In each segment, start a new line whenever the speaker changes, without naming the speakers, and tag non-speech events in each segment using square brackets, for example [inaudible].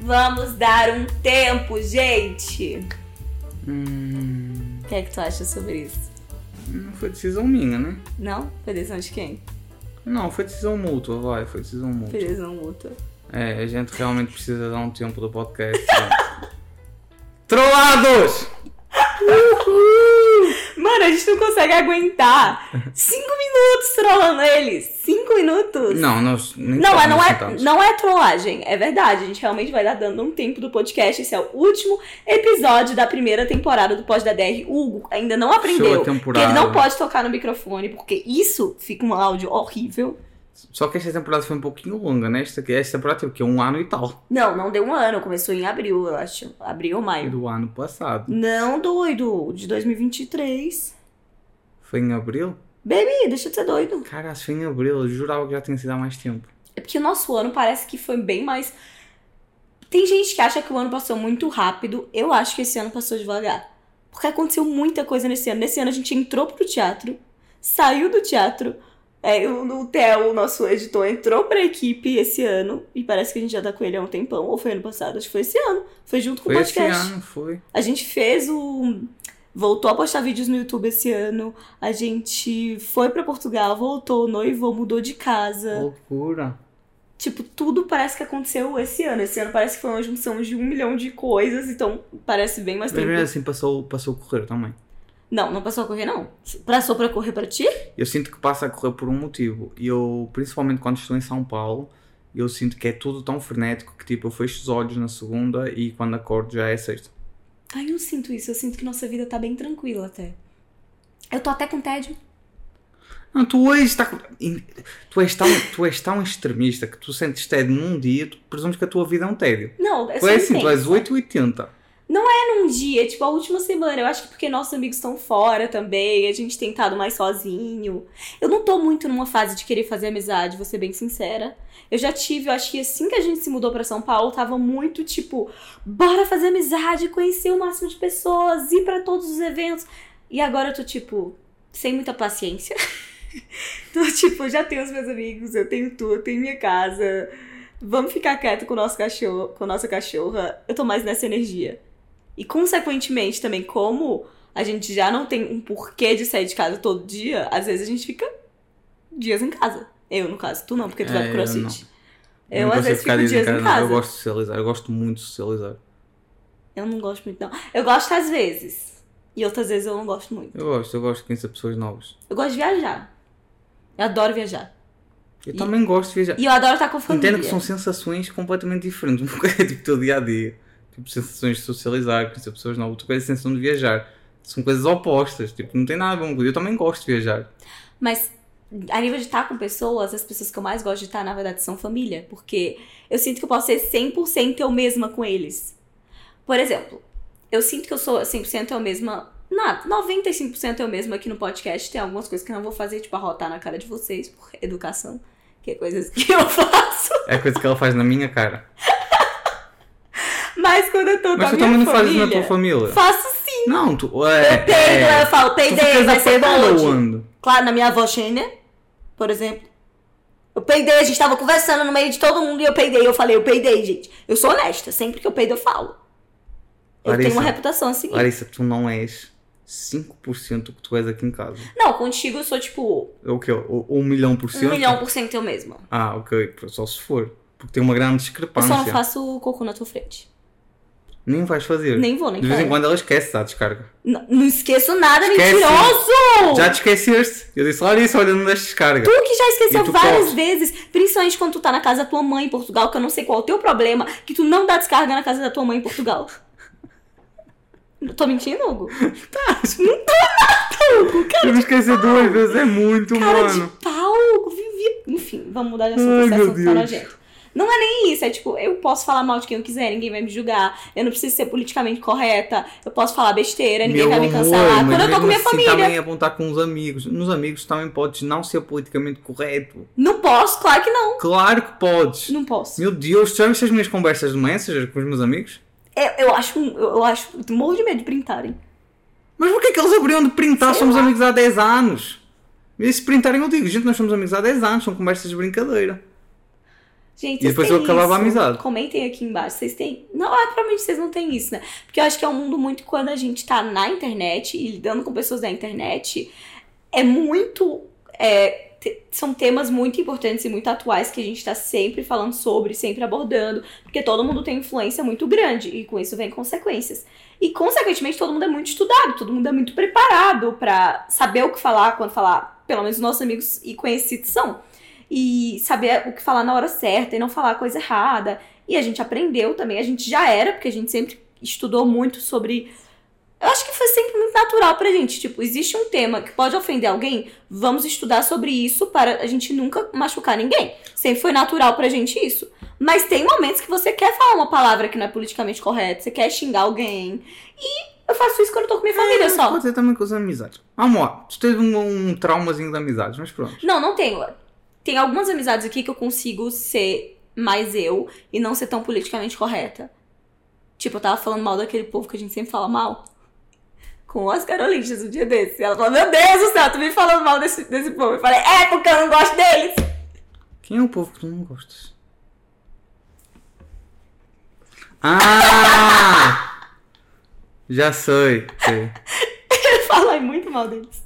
Vamos dar um tempo, gente.
Hum,
O que é que tu acha sobre isso?
não foi decisão minha, né?
Não? Foi decisão de quem?
Não, foi decisão mútua, vai, foi decisão
Foi
mútua.
decisão mútua.
É, a gente realmente precisa dar um tempo do
[laughs]
podcast. né? gente. Trollados!
Mano, a gente não consegue aguentar. Cinco minutos trollando ele. Cinco minutos.
Não, nós nem
Não, mas
estamos
não é,
sentados.
não é trollagem, é verdade. A gente realmente vai dar dando um tempo do podcast. Esse é o último episódio da primeira temporada do Pós da DR. Hugo ainda não aprendeu
Show
que
temporada.
ele não pode tocar no microfone, porque isso fica um áudio horrível.
Só que esta temporada foi um pouquinho longa, né? Esta, esta temporada teve o quê? Um ano e tal.
Não, não deu um ano, começou em abril, eu acho. Abril ou maio.
Do ano passado.
Não, doido, de 2023.
Foi em abril?
Baby, deixa de ser doido.
Cara, foi em abril. Eu jurava que já tinha sido há mais tempo.
É porque o nosso ano parece que foi bem mais. Tem gente que acha que o ano passou muito rápido. Eu acho que esse ano passou devagar. Porque aconteceu muita coisa nesse ano. Nesse ano a gente entrou pro teatro, saiu do teatro. É, o, o Theo, o nosso editor, entrou pra equipe esse ano. E parece que a gente já tá com ele há um tempão. Ou foi ano passado? Acho que foi esse ano. Foi junto com
Foi
o
esse
podcast.
ano, foi.
A gente fez o. Voltou a postar vídeos no YouTube esse ano. A gente foi pra Portugal, voltou, noivou, mudou de casa.
Uhum. Loucura.
Tipo, tudo parece que aconteceu esse ano. Esse ano parece que foi uma junção de um milhão de coisas, então parece bem mais
Mas mesmo
tempo.
assim passou, passou a correr também.
Não, não passou a correr, não. Passou pra correr pra ti?
Eu sinto que passa a correr por um motivo. E eu, principalmente quando estou em São Paulo, eu sinto que é tudo tão frenético que tipo, eu fecho os olhos na segunda e quando acordo já é sexta.
Ai, eu não sinto isso. Eu sinto que nossa vida tá bem tranquila até. Eu tô até com tédio.
Não, tu és, tá- in- tu, és tão, tu és tão extremista que tu sentes tédio num dia, tu presumes que a tua vida é um tédio.
Não, é
Tu
só
és
intenso.
assim, tu és 880.
É num dia, tipo, a última semana. Eu acho que porque nossos amigos estão fora também, a gente tem estado mais sozinho. Eu não tô muito numa fase de querer fazer amizade, vou ser bem sincera. Eu já tive, eu acho que assim que a gente se mudou pra São Paulo, tava muito tipo, bora fazer amizade, conhecer o máximo de pessoas, ir pra todos os eventos. E agora eu tô tipo, sem muita paciência. [laughs] tô tipo, eu já tenho os meus amigos, eu tenho tu, eu tenho minha casa. Vamos ficar quieto com o nosso cachorro, com a nossa cachorra. Eu tô mais nessa energia. E consequentemente também, como a gente já não tem um porquê de sair de casa todo dia, às vezes a gente fica dias em casa. Eu, no caso, tu não, porque tu
É,
vai pro
eu
CrossFit. Eu,
não
às
consigo
vezes
ficar
fico dias
dizendo,
em
cara, não,
casa.
Eu gosto de socializar, eu gosto muito de socializar.
Eu não gosto muito, não. Eu gosto às vezes. E outras vezes eu não gosto muito.
Eu gosto, eu gosto de conhecer pessoas novas.
Eu gosto de viajar. Eu adoro viajar.
Eu
E-
também gosto de viajar.
E eu adoro estar com a família.
Entendo que são sensações completamente diferentes. [laughs] Uma coisa é tipo teu dia a dia, tipo sensações de socializar, conhecer pessoas novas, outra coisa é a sensação de viajar. São coisas opostas, tipo, não tem nada a ver uma coisa. Eu também gosto de viajar.
Mas a nível de estar com pessoas, as pessoas que eu mais gosto de estar, na verdade, são família. Porque eu sinto que eu posso ser 100% eu mesma com eles. Por exemplo, eu sinto que eu sou 100% eu mesma. Não, 95% eu mesma aqui no podcast. Tem algumas coisas que eu não vou fazer, tipo, arrotar na cara de vocês por educação. Que é coisas que eu [laughs] faço.
É a coisa que ela faz na minha cara.
Mas quando eu tô
Mas
com
tu
a minha
também não faz isso
família,
na tua família.
faço sim.
Não, tu. É,
Eu peido,
é,
eu falo,
tu
peidei,
ficas
vai ser
apaixonada
bom.
onde?
Claro, na minha avó Xênia, por exemplo. Eu peidei, a gente tava conversando no meio de todo mundo e eu peidei. Eu falei, eu peidei, gente. Eu sou honesta, sempre que eu peido eu falo. Eu
Larissa.
tenho uma reputação assim.
Larissa, tu não és 5% do que tu és aqui em casa.
Não, contigo eu sou tipo
É o quê? O- Um milhão por
um
cento?
milhão por cento eu mesma.
Ah, ok. Só se for. Porque tem uma grande
Eu
discrepância.
só não faço cocô na tua frente.
Nem vais fazer.
Nem vou, nem
De vez em
quero.
quando ela esquece da descarga.
Não, não esqueço nada,
Esquece.
mentiroso!
Já te esqueceste? Eu disse, olha isso, olha, não deste descarga.
Tu que já
E
esqueceu
tu
várias
corta.
vezes, principalmente quando tu tá na casa da tua mãe em Portugal, que eu não sei qual é o teu problema, que tu não dá descarga na casa da tua mãe em Portugal. Tô mentindo, Hugo?
Eu me esqueci duas vezes, é muito,
Cara
mano.
de pau, Hugo, vivi. Enfim, vamos mudar de assunto,
Ai,
esse
meu
assunto tá
Deus.
nojento. Não é nem isso, é tipo, eu posso falar mal de quem eu quiser, ninguém vai me julgar, eu não preciso ser politicamente correta, eu posso falar besteira, ninguém vai me cancelar.
mas
Quando eu tô com
mesmo
minha
assim,
família,
também apontar com os amigos. Nos amigos também podes não ser politicamente correto.
não posso, claro que não,
Claro que podes.
não posso.
Meu Deus, tu já viste as minhas conversas de Messenger com os meus amigos?
Eu, eu acho, um- eu, eu acho, eu morro de medo de printarem.
Mas por que é que eles abriam de printar?
Sei
somos
lá.
amigos há 10 anos. E se printarem eu digo, gente, nós somos amigos há 10 anos, são conversas de brincadeira.
Gente,
E
vocês
depois
têm
eu acabava a
isso?
amizade.
Comentem aqui embaixo. Vocês têm. Não, ah, provavelmente vocês não têm isso, né? Porque eu acho que é um mundo muito quando a gente tá na internet e lidando com pessoas da internet. É muito. é, te- são temas muito importantes e muito atuais que a gente tá sempre falando sobre, sempre abordando. Porque todo mundo tem influência muito grande e com isso vem consequências. E, consequentemente, todo mundo é muito estudado, todo mundo é muito preparado pra saber o que falar quando falar. Pelo menos nossos amigos e conhecidos são e saber o que falar na hora certa e não falar a coisa errada. E a gente aprendeu também, a gente já era, porque a gente sempre estudou muito sobre. Eu acho que foi sempre muito natural pra gente. Tipo, existe um tema que pode ofender alguém, vamos estudar sobre isso para a gente nunca machucar ninguém. Sempre foi natural pra gente isso. Mas tem momentos que você quer falar uma palavra que não é politicamente correta, você quer xingar alguém. E eu faço isso quando eu tô com minha família
Mas
só.
Pode ser também com as amizades. Vamos lá, tu teve um, um traumazinho de amizades, mas pronto.
Não, não tenho. Tem algumas amizades aqui que eu consigo ser mais eu e não ser tão politicamente correta. Tipo, eu tava falando mal daquele povo que a gente sempre fala mal. Com as Carolinas um dia desse. Ela falou: Meu Deus do céu, tu me falando mal desse, desse povo. Eu falei: É porque eu não gosto deles. [laughs]
Quem é o povo que tu não gostas? Ah! Já sei. sei.
Eu falei muito mal deles.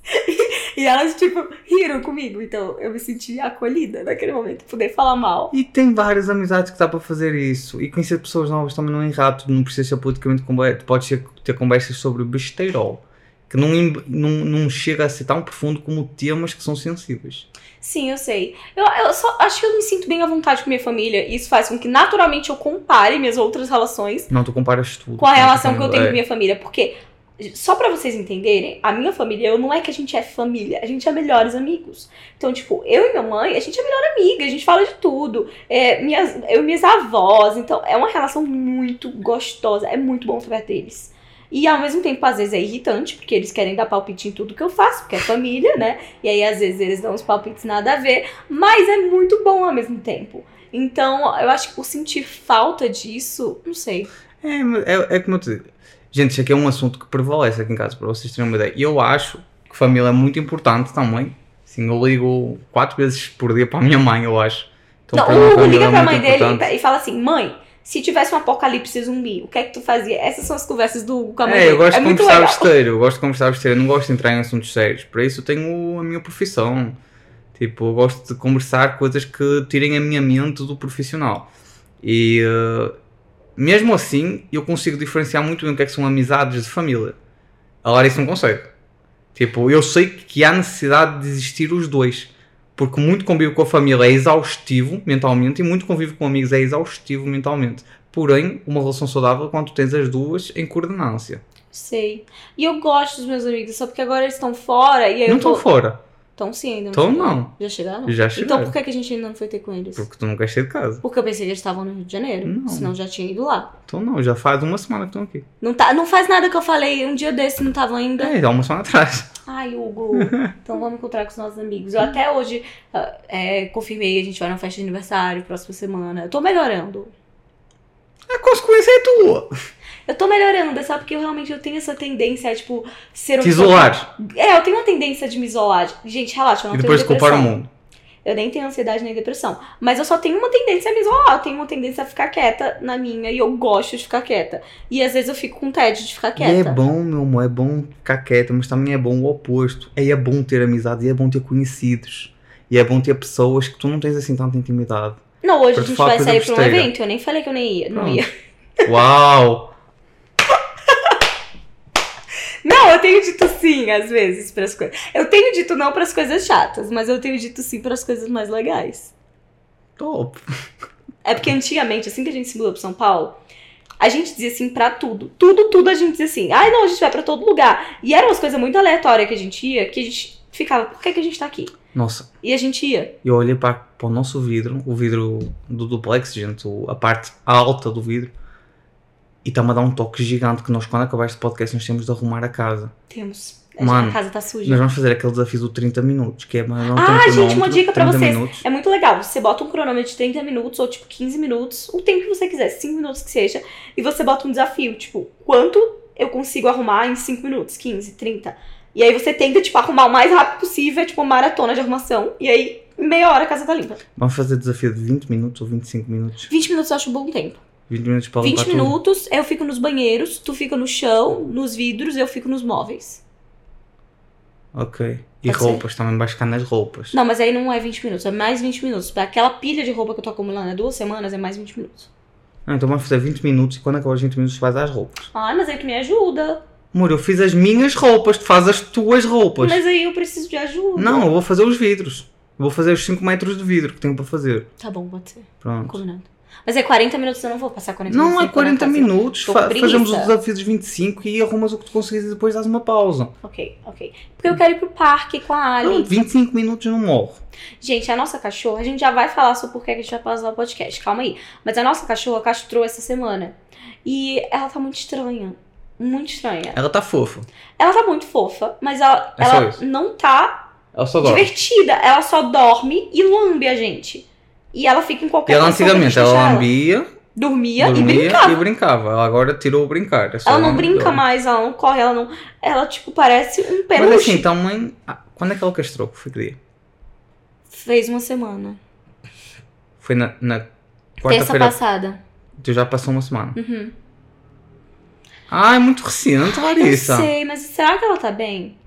E elas, tipo, riram comigo. Então eu me senti acolhida naquele momento, poder falar mal.
E tem várias amizades que dá para fazer isso. E conhecer pessoas novas também não é errado. Tu não precisa ser politicamente correto. Podes ter, ter conversas sobre besteirol. Que não, im- não, não chega a ser tão profundo como temas que são sensíveis.
Sim, eu sei. Eu, eu só acho que eu me sinto bem à vontade com minha família. E isso faz com que naturalmente eu compare minhas outras relações
Não, tu comparas tudo.
com a relação que eu tenho
É.
com minha família. Porque, só pra vocês entenderem, a minha família, eu não é que a gente é família, a gente é melhores amigos. Então, tipo, eu e minha mãe, a gente é melhor amiga, a gente fala de tudo. É, minhas, eu e minhas avós. Então, é uma relação muito gostosa. É muito bom estar perto deles. E ao mesmo tempo, às vezes é irritante, porque eles querem dar palpite em tudo que eu faço, porque é família, né? E aí, às vezes, eles dão uns palpites nada a ver, mas é muito bom ao mesmo tempo. Então, eu acho que por sentir falta disso, não sei.
É, mas é, é como eu te digo. Gente, isso aqui é um assunto que prevalece aqui em casa, para vocês terem uma ideia. E eu acho que família é muito importante também. Sim, eu ligo quatro vezes por dia para a minha mãe, eu acho. Então,
Não,
para mim,
o Hugo
família
liga
é
pra
muito
mãe dele
importante.
e fala assim: mãe, se tivesse um apocalipse zumbi, o que é que tu fazia? Essas são as conversas do Hugo com a mãe
É,
dele.
eu gosto
é
de
muito
conversar
legal.
besteira, eu gosto de conversar besteira, eu não gosto de entrar em assuntos sérios. Para isso eu tenho a minha profissão. Tipo, eu gosto de conversar coisas que tirem a minha mente do profissional. E eh, mesmo assim, eu consigo diferenciar muito bem o que é que são amizades de família. A Larissa não consegue. Tipo, eu sei que há necessidade de existir os dois. Porque muito convívio com a família é exaustivo mentalmente e muito convívio com amigos é exaustivo mentalmente. Porém, uma relação saudável é quando tu tens as duas em coordenância.
Sei. E eu gosto dos meus amigos, só porque agora eles estão fora e aí
não
eu tô.
estão fora.
Estão sim ainda.
Estão
chegaram?
não.
Já chegaram?
Já chegaram.
Então por que que a gente ainda não foi ter com eles?
Porque tu não queres sair de casa.
Porque eu pensei que eles estavam no Rio de Janeiro.
Não.
Senão já tinha ido lá.
Então não, já faz uma semana que estão aqui.
Não, tá, não faz nada que eu falei um dia desse, não estavam ainda.
É, já uma
[laughs]
semana atrás.
Ai,
[laughs]
Hugo, então vamos encontrar com os nossos amigos. Eu até hoje ah, é, confirmei, a gente vai numa festa de aniversário próxima semana. Eu tô melhorando.
A consequência é tua.
Eu tô melhorando, é só porque eu realmente eu tenho essa tendência a, tipo, ser um.
Te isolares
É, eu tenho uma tendência de me isolar. Gente, relaxa, eu não
e depois de
tenho
culpar o
depressão.
mundo.
Eu nem tenho ansiedade nem depressão. Mas eu só tenho uma tendência a me isolar. Eu tenho uma tendência a ficar quieta na minha e eu gosto de ficar quieta. E às vezes eu fico com tédio de ficar
E é
quieta.
bom, meu amor, é bom ficar quieto, mas também é bom o oposto. É, é bom ter amizade, e é bom ter conhecidos. E é bom ter pessoas que tu não tens assim tanta
[laughs]
intimidade.
Não, hoje
Pra
a gente
falar
vai
coisa Ah.
sair pra um
besteira.
evento. Eu nem falei que eu nem ia. Não
Pronto.
ia. [laughs]
Uau!
Não, eu tenho dito sim, às vezes, pras coisas. Eu tenho dito não pras coisas chatas, mas eu tenho dito sim pras coisas mais legais.
Top!
É porque antigamente, assim que a gente se mudou pra São Paulo, a gente dizia assim pra tudo. Tudo, tudo a gente dizia assim. Ai, não, a gente vai pra todo lugar. E eram umas coisas muito aleatórias que a gente ia, que a gente ficava, por que, que a gente tá aqui?
Nossa,
E a gente ia.
eu olhei para, para o nosso vidro, o vidro do duplex, gente, o- a parte alta do vidro, e está-me a dar um toque gigante que nós, quando acabar este podcast, nós temos de arrumar a casa.
Temos. A gente-
Mano,
a casa tá
Nós
suja.
vamos fazer aquele desafio do 30 minutos, que é mais ou menos
Ah,
um
gente, uma
cronómetro,
dica pra
30
vocês.
Minutos.
É muito legal. Você bota um cronômetro de 30 minutos ou tipo 15 minutos, o tempo que você quiser, 5 minutos que seja, e você bota um desafio, tipo, quanto eu consigo arrumar em 5 minutos, 15, 30. E aí você tenta, tipo, arrumar o mais rápido possível, é, tipo, uma maratona de arrumação. E aí meia hora a casa tá limpa.
Vamos fazer desafio de 20 minutos ou 25 minutos?
20 minutos eu acho um bom tempo.
20 minutos para limpar
20
tá tudo.
minutos, eu fico nos banheiros, tu fica no chão, nos vidros, eu fico nos móveis.
Ok. E
Pode ser.
roupas, também vais ficar nas roupas.
Não, mas aí não é 20 minutos, é mais 20 minutos. Pra aquela pilha de roupa que eu tô acumulando há duas semanas, é mais 20 minutos.
Ah, então vamos fazer 20 minutos e quando acabar os 20 minutos faz as roupas.
Ai, Ah, mas aí tu me ajuda.
Amor, eu fiz as minhas roupas, tu faz as tuas roupas.
Mas aí eu preciso de ajuda.
Não, eu vou fazer os vidros. Eu vou fazer os 5 metros de vidro que tenho para fazer.
Tá bom, pode ser.
Pronto.
Combinado. Mas é 40 minutos, eu não vou passar 40
Não
minutos.
é 40
sem
minutos,
Tô
fa-
preguiça.
fazemos o desafio dos 25 e arrumas o que tu conseguires e depois dás uma pausa.
Ok, ok. Porque eu quero ir pro parque com a
Não, é
Ali.
25 minutos eu não morro.
Gente, a nossa cachorra, a gente já vai falar sobre por que a gente vai pausar o podcast, calma aí. Mas a nossa cachorra castrou essa semana. E ela tá muito estranha. Muito estranha.
Ela tá fofa.
Ela tá muito fofa, mas ela,
É só
ela
isso.
não tá
Ela só dorme.
divertida. Ela só dorme e lambe a gente. E ela fica em
E
qualquer
ela
posição pra gente
antigamente, ela
deixar
lambia,
Dormia,
dormia
e brincava.
Ela agora tirou o brincar. é só
Ela não
lambe e
brinca
dorme.
mais, ela não corre, ela não. Ela, tipo, parece um
Mas
peluche.
assim, também... ah, Quando é que ela castrou? Foi que dia?
Fez uma semana.
Foi na, na
Terça
quarta-feira.
passada.
Tu já passou uma semana.
Uhum.
Ah, é muito recente, Larissa.
Eu sei, mas será que ela tá bem?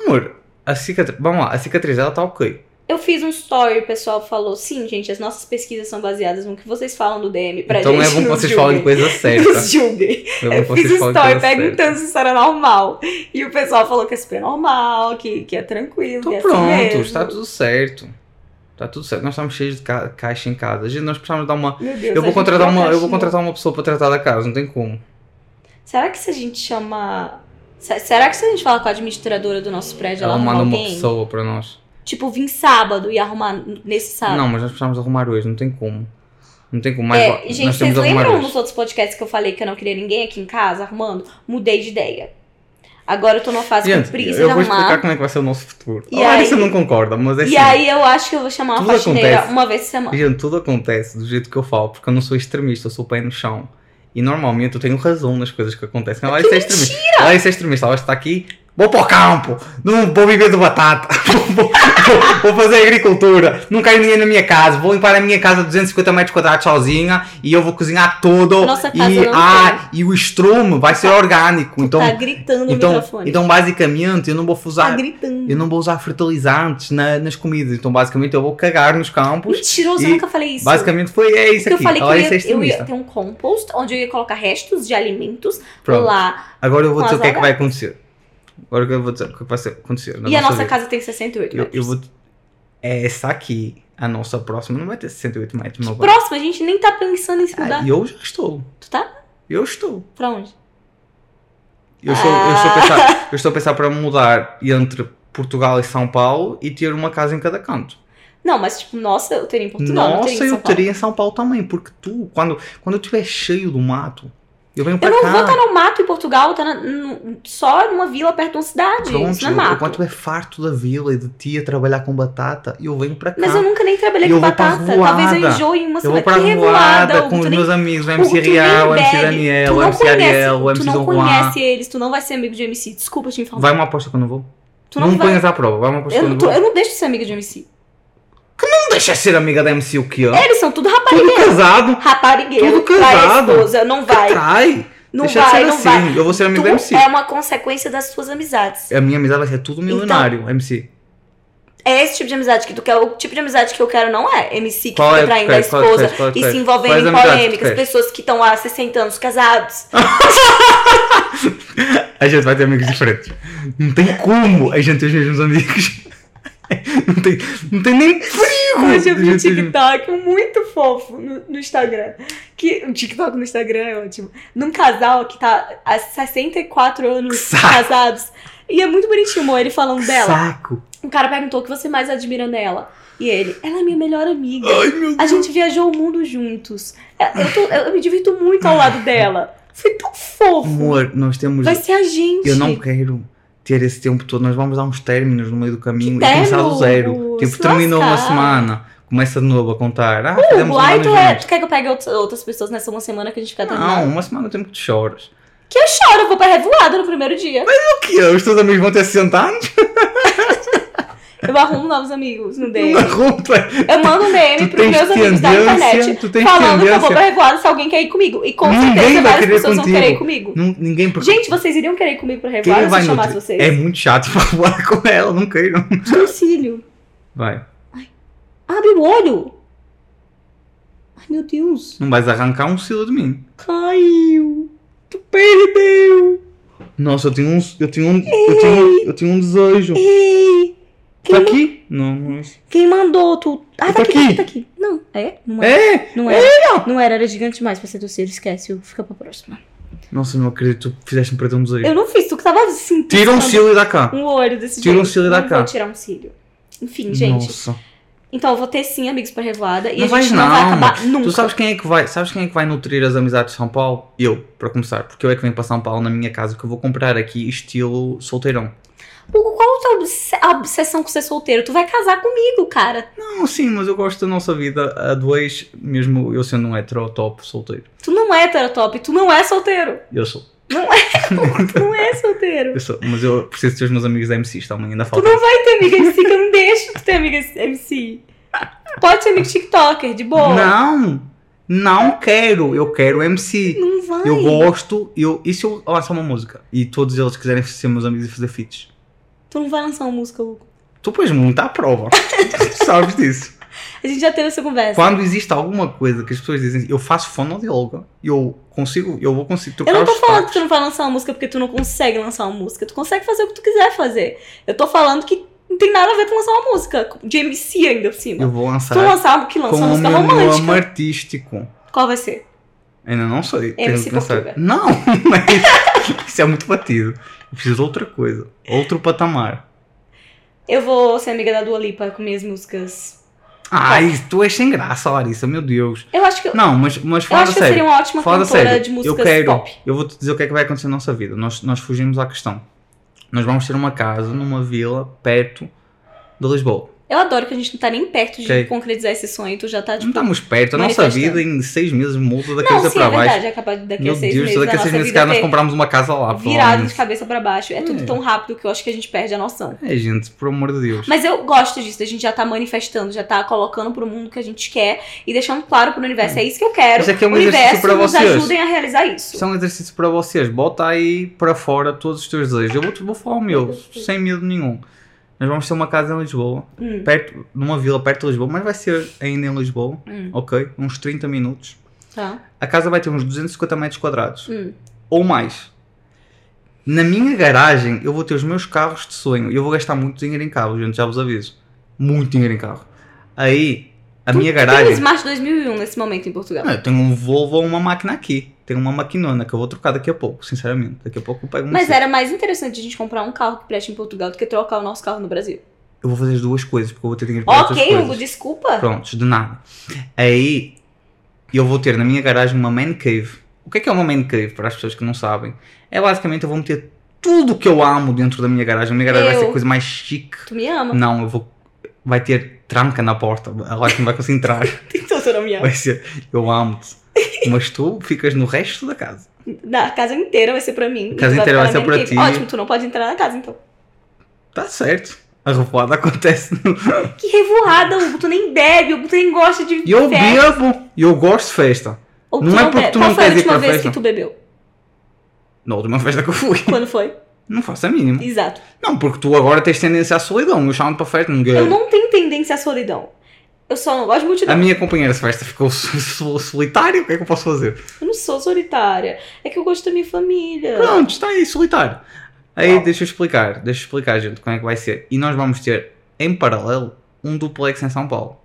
Amor, a cicatriz... Vamos lá, a cicatriz dela tá ok.
Eu fiz um story, o pessoal falou, sim, gente, as nossas pesquisas são baseadas no que vocês falam do DM pra
então
gente.
é bom que
nos
vocês
julguem.
falem coisa certa.
Nos julguem.
É
Eu
bom que
fiz
vocês
um
falem coisa
story
certa.
perguntando se isso era normal. E o pessoal falou que é super normal, que, que é tranquilo, que é assim
Então pronto,
mesmo.
está tudo certo. Está tudo certo. Nós estamos cheios de ca- caixa em casa. Gente, nós precisamos dar uma.
Meu Deus,
Eu
a
vou
gente tá
contratar
tem
uma, eu
caixinha.
vou contratar uma pessoa para tratar da casa, não tem como.
Será que se a gente chama... se- Será que se a gente falar com a administradora do nosso prédio, ela,
Ela
arruma
manda uma
alguém?
pessoa para nós.
Tipo, vim sábado e arrumar nesse sábado.
Não, mas nós precisamos arrumar hoje, não tem como. Não tem como, mas
Tá. É,
va-
gente,
nós
vocês
temos de arrumar
lembram
hoje.
nos outros podcasts que eu falei que eu não queria ninguém aqui em casa arrumando? Mudei de ideia. Agora eu tô numa fase com
Gente,
preguiça
eu
de
vou explicar
arrumar.
como é que vai ser o nosso futuro.
E
a Larissa
aí-
não concorda, mas é
E
assim.
aí eu acho que eu vou chamar uma
Tudo
faxineira
acontece.
uma vez por semana.
Gente, tudo acontece do jeito que eu falo, porque eu não sou extremista, eu sou pé no chão. E normalmente eu tenho razão nas coisas que acontecem. Ela vai ser extremista. Ela vai ser extremista, ela está aqui. Vou para o campo, não vou viver do batata, [laughs] vou, vou- vou fazer agricultura, não cai ninguém na minha casa, vou limpar a minha casa 250 metros quadrados sozinha e eu vou cozinhar tudo.
Nossa casa
e,
não
ah, e o estrume vai ser orgânico. Então,
tá gritando no
então,
microfone.
então, basicamente, eu não vou
tá
usar,
gritando.
eu não vou usar fertilizantes na- nas comidas. Então, basicamente, eu vou cagar nos campos
Mentiroso, eu
e
nunca falei isso.
Basicamente foi é isso
Porque eu
aqui.
falei que
Ela
eu
ia ser
ia, eu ia
extremista.
ter um compost onde eu ia colocar restos de alimentos
Pronto.
lá.
Agora eu vou
com
dizer o
as
que é que vai acontecer. Agora que eu vou dizer o que vai ser- acontecer. na
e a nossa
vida.
casa tem 68
Eu,
metros.
eu vou. É essa aqui. A nossa próxima não vai ter 68 metros, meu pai.
Próximo, a gente nem tá pensando em se mudar.
Ah, eu já estou.
Tu tá?
Eu estou.
Pra onde?
Eu estou, eu
Ah.
estou, a, pensar, eu estou a pensar para mudar entre Portugal e São Paulo e ter uma casa em cada canto.
Não, mas tipo, nossa, eu teria em Portugal, não
nossa,
teria em São
eu
Paulo.
teria em São Paulo também, porque tu, quando, quando eu estiver cheio do mato, eu venho para
Eu não
cá.
vou estar no mato em Portugal, tá na- num- só numa vila perto de uma cidade.
Pronto,
isso não é
eu-
mato.
enquanto é farto da vila e de ti a trabalhar com batata, eu venho pra cá.
Mas eu nunca nem trabalhei
Eu
com
vou pra
batata. Talvez eu
voada.
enjoe em uma
Eu vou
semana.
pra
Que
voada
Hugo,
com os
tu nem-
meus amigos, o
Hugo,
MC
tu nem
Rial, o MC
bebe.
Daniel,
tu
o
não
MC
conhece-
Ariel, o
Tu
MC
não
Dom Juan.
conhece eles, tu não vai ser amigo de MC. Desculpa te informar.
Vai uma aposta que eu não vou.
tu
não
não,
me
vai.
ponhas à prova, vai uma aposta que
Eu,
eu não
não- tu-
vou.
eu não deixo de ser amiga de MC.
Não deixa ser amiga da MC o quê? ó?
Eles são tudo rapaz.
Tudo casado,
Raparigueiro,
Tudo
vai,
casado.
esposa, não vai,
que trai.
não
deixa
vai,
de ser
não
assim,
vai.
eu vou ser amigo da MC.
Tu é Então, uma consequência das suas amizades.
A minha amizade vai ser tudo milionário, MC.
É esse tipo de amizade que tu quer. O tipo de amizade que eu quero não é MC que
Qual
fica
é que tu
traindo a
queres? Qual é que
esposa
queres? Qual é que
e se
queres? Quais
envolvendo em
amizades tu
polêmicas.
queres?
Pessoas que estão há 60 anos casados.
A gente vai ter amigos diferentes. Não tem como a gente ter os mesmos amigos. Não tem, não tem nem perigo.
Hoje eu vi um
de gente ter os mesmos-
TikTok muito fofo no, no Instagram. Que, o TikTok no Instagram é ótimo. Num casal que tá há 64 anos
Que saco.
casados. E é muito bonitinho, amor, ele falando dela.
Saco.
Um cara perguntou o que você mais admira nela. E ele, ela é minha melhor amiga.
Ai, meu
A gente viajou o mundo juntos. É, Eu, eu tô- eu- eu me divirto muito ao lado dela. Foi tão fofo.
Amor, nós temos.
Vai ser a gente.
Eu não quero ter esse tempo todo. Nós vamos dar uns términos no meio do caminho
Que
e começar
términos?
do zero. Tipo,
Se
terminou uma
lascar.
semana, começa de novo a contar. Ah,
Hugo,
fizemos um
ai,
ano
tu, é,
juntos.
tu quer que eu pegue out- outras pessoas nessa uma semana que a gente fica
Não,
terminando?
uma semana é o tempo que tu choras.
Que eu choro,
é?
eu vou pra revoada no primeiro dia.
O que? Os teus amigos vão ter 60 anos?
Eu arrumo novos amigos
[laughs]
no DM.
Não arrumo, tu é-
Eu mando um DM
tu
pros meus
tens
amigos da
tendência,
internet.
tu tens
Falando que eu vou
tendência.
revoada se alguém quer ir comigo. E com
Ninguém
certeza
vai
várias
querer
pessoas vão querer ir
contigo.
comigo.
Não, ninguém porque
Gente, vocês iriam querer ir comigo pra
quem
revoada se eu
no
chamasse
tri-
vocês?
É muito chato [laughs] falar com ela, não queiram.
Desconhecilho.
Vai,
Abre o olho. Ai, meu Deus.
não vais arrancar um silo de mim.
Caiu. Tu perdeu.
Nossa, eu tinha um, eu tinha um, eu tinha um, eu tinha um desejo.
Ei. Quem,
Tá
ma-
aqui? Não, não é isso.
quem mandou tu? Ah, tá
Tá
aqui, tá aqui,
aqui.
tá aqui. Não, é? Não é?
É!
Não era. Não era, era gigante demais pra ser do Ciro. Esquece, eu- fica pra próxima.
Nossa, não acredito, tu fizeste-me perder um desejo.
Eu não fiz, tu que tava sentindo.
Tira um cílio da cá.
um olho desse
Tira um
jeito.
cílio da
Não
cara.
vou tirar um cílio. Enfim, gente.
Nossa.
Então eu vou ter sim amigos pra revoada e
Não
a gente
vais
não vai
não.
acabar nunca.
Tu sabes quem é que vai, sabes quem é que vai nutrir as amizades de São Paulo? Eu, para começar, porque eu é que venho para São Paulo na minha casa que eu vou comprar aqui estilo solteirão.
Hugo, qual a tua obs- a obsessão com ser solteiro? Tu vai casar comigo, cara.
Não, sim, mas eu gosto da nossa vida a dois, mesmo eu sendo um hetero top solteiro.
Tu não é heterotop, tu não é solteiro.
Eu sou,
Tu não é solteiro.
eu sou, mas eu preciso ter os meus amigos MCs também, ainda
Tu
falta.
não vai ter amiga MC, que eu não deixo tu ter amiga MC. Pode ser amigo TikToker, de boa.
Não, não quero, eu quero MC.
Não vai.
Eu gosto, eu, e se eu lançar uma música e todos eles quiserem ser meus amigos e fazer feats?
Tu não vai lançar uma música, Hugo.
Tu pões muito
[laughs]
à prova, tu sabes disso.
A gente já teve essa conversa.
Quando existe alguma coisa que as pessoas dizem, eu faço fonoaudióloga, eu consigo, eu vou conseguir trocar
Eu não tô
os
falando que tu
tacos.
não vai lançar uma música porque tu não consegue lançar uma música. Tu consegue fazer o que tu quiser fazer. Eu tô falando que não tem nada a ver com lançar uma música. De MC ainda por cima.
Eu vou
Se
lançar
tu lançar algo que lança
com
uma
o
música
meu nome
romântica,
artístico.
qual vai ser?
Ainda não sei. tenho
É MC
que pensar.
Portuga.
Não, [laughs] mas isso é muito batido. Eu preciso de outra coisa, outro patamar.
Eu vou ser amiga da Dua Lipa com minhas músicas.
Ai, tu és sem graça, Larissa, meu Deus.
Eu acho que eu,
Não, mas, mas
eu
fala
acho que eu
sério.
seria um uma ótima
Fala
cantora
sério,
de músicas
eu quero,
pop.
eu vou-te dizer o que é que vai acontecer na nossa vida. Nós, nós fugimos à questão. Nós vamos ter uma casa numa vila perto de Lisboa.
Eu adoro que a gente não tá nem perto de
Ok.
concretizar esse sonho. Tu já tá,
Não
tipo...
estamos perto, a nossa
manifestando.
vida em seis meses muda da
Não,
cabeça
sim,
para
é
baixo.
verdade. É capaz de daqui
Meu
a seis
Deus,
meses
daqui a
a
seis
nossa
meses
vida
cara, nós
ter
compramos uma casa lá, pelo
virado
menos.
de cabeça pra baixo. É tudo
É.
tão rápido que eu acho que a gente perde a noção.
É, gente, por amor de Deus.
Mas eu gosto disso, a gente já tá manifestando, já tá colocando pro mundo o que a gente quer e deixando claro pro universo, é isso que eu quero.
Isso aqui é
o
um
universo
exercício para
nos
vocês.
ajudem a realizar isso.
Isso é um exercício para vocês. Bota aí para fora todos os teus desejos. Eu vou, vou falar o meu, sem medo nenhum. Nós vamos ter uma casa em Lisboa,
Hum,
perto, numa vila perto de Lisboa, mas vai ser ainda em Lisboa,
hum,
ok? Uns 30 minutos.
tá.
A casa vai ter uns 250 metros quadrados.
Hum.
ou mais. Na minha garagem, eu vou ter os meus carros de sonho. E eu vou gastar muito dinheiro em carro, gente, já vos aviso. Muito dinheiro em carro. Aí, a minha
Tem um
garagem.
Smart 2001 nesse momento em Portugal.
Ah, eu tenho um Volvo ou uma máquina aqui. Tenho uma maquinona que eu vou trocar daqui a pouco, sinceramente. Daqui a pouco eu pego um.
Mas é- era mais interessante a gente comprar um carro que preste em Portugal do que trocar o nosso carro no Brasil.
Eu vou fazer as duas coisas, porque eu vou ter dinheiro para essas
ok,
coisas.
Hugo, desculpa.
Prontos, de nada. Aí eu vou ter na minha garagem uma man cave. O que é que é uma man cave para as pessoas que não sabem? É basicamente eu vou meter tudo o que eu amo dentro da minha garagem. A minha garagem vai ser
Eu.
a coisa mais chique.
Tu me ama.
Não, eu vou. Vai ter tranca na porta. Ela que não vai conseguir entrar.
[laughs] [laughs] Então tu não me ama.
Vai ser. Eu amo-te. Mas tu ficas no resto da casa.
Na casa inteira vai ser pra mim.
A casa
Tu
inteira
ficar
vai ser
na
pra
minha
ti.
cave. Ótimo, tu não pode entrar na casa então.
Tá certo. A revoada acontece. no-
Que revoada, Hugo. Tu nem bebe, Hugo, tu nem gosta de
E eu
festa.
bebo. E eu gosto de festa.
Ou
Não é porque
bebe.
tu
Qual
não
foi a
quer ir
última
pra
vez
festa?
que tu bebeu?
Na última festa que eu fui.
Quando foi?
Não faço a mínima.
Exato.
Não, porque tu agora tens tendência à solidão. Eu chamo-te para festa. Ninguém.
Eu não tenho tendência à solidão. Eu só não gosto de multidão.
A minha companheira de festa ficou [laughs] so- so- solitária. O que é que eu posso fazer?
Eu não sou solitária. É que eu gosto da minha família.
Pronto, está aí, solitário. Aí
Uau.
deixa eu explicar, deixa eu explicar, gente, como é que vai ser. E nós vamos ter, em paralelo, um duplex em São Paulo.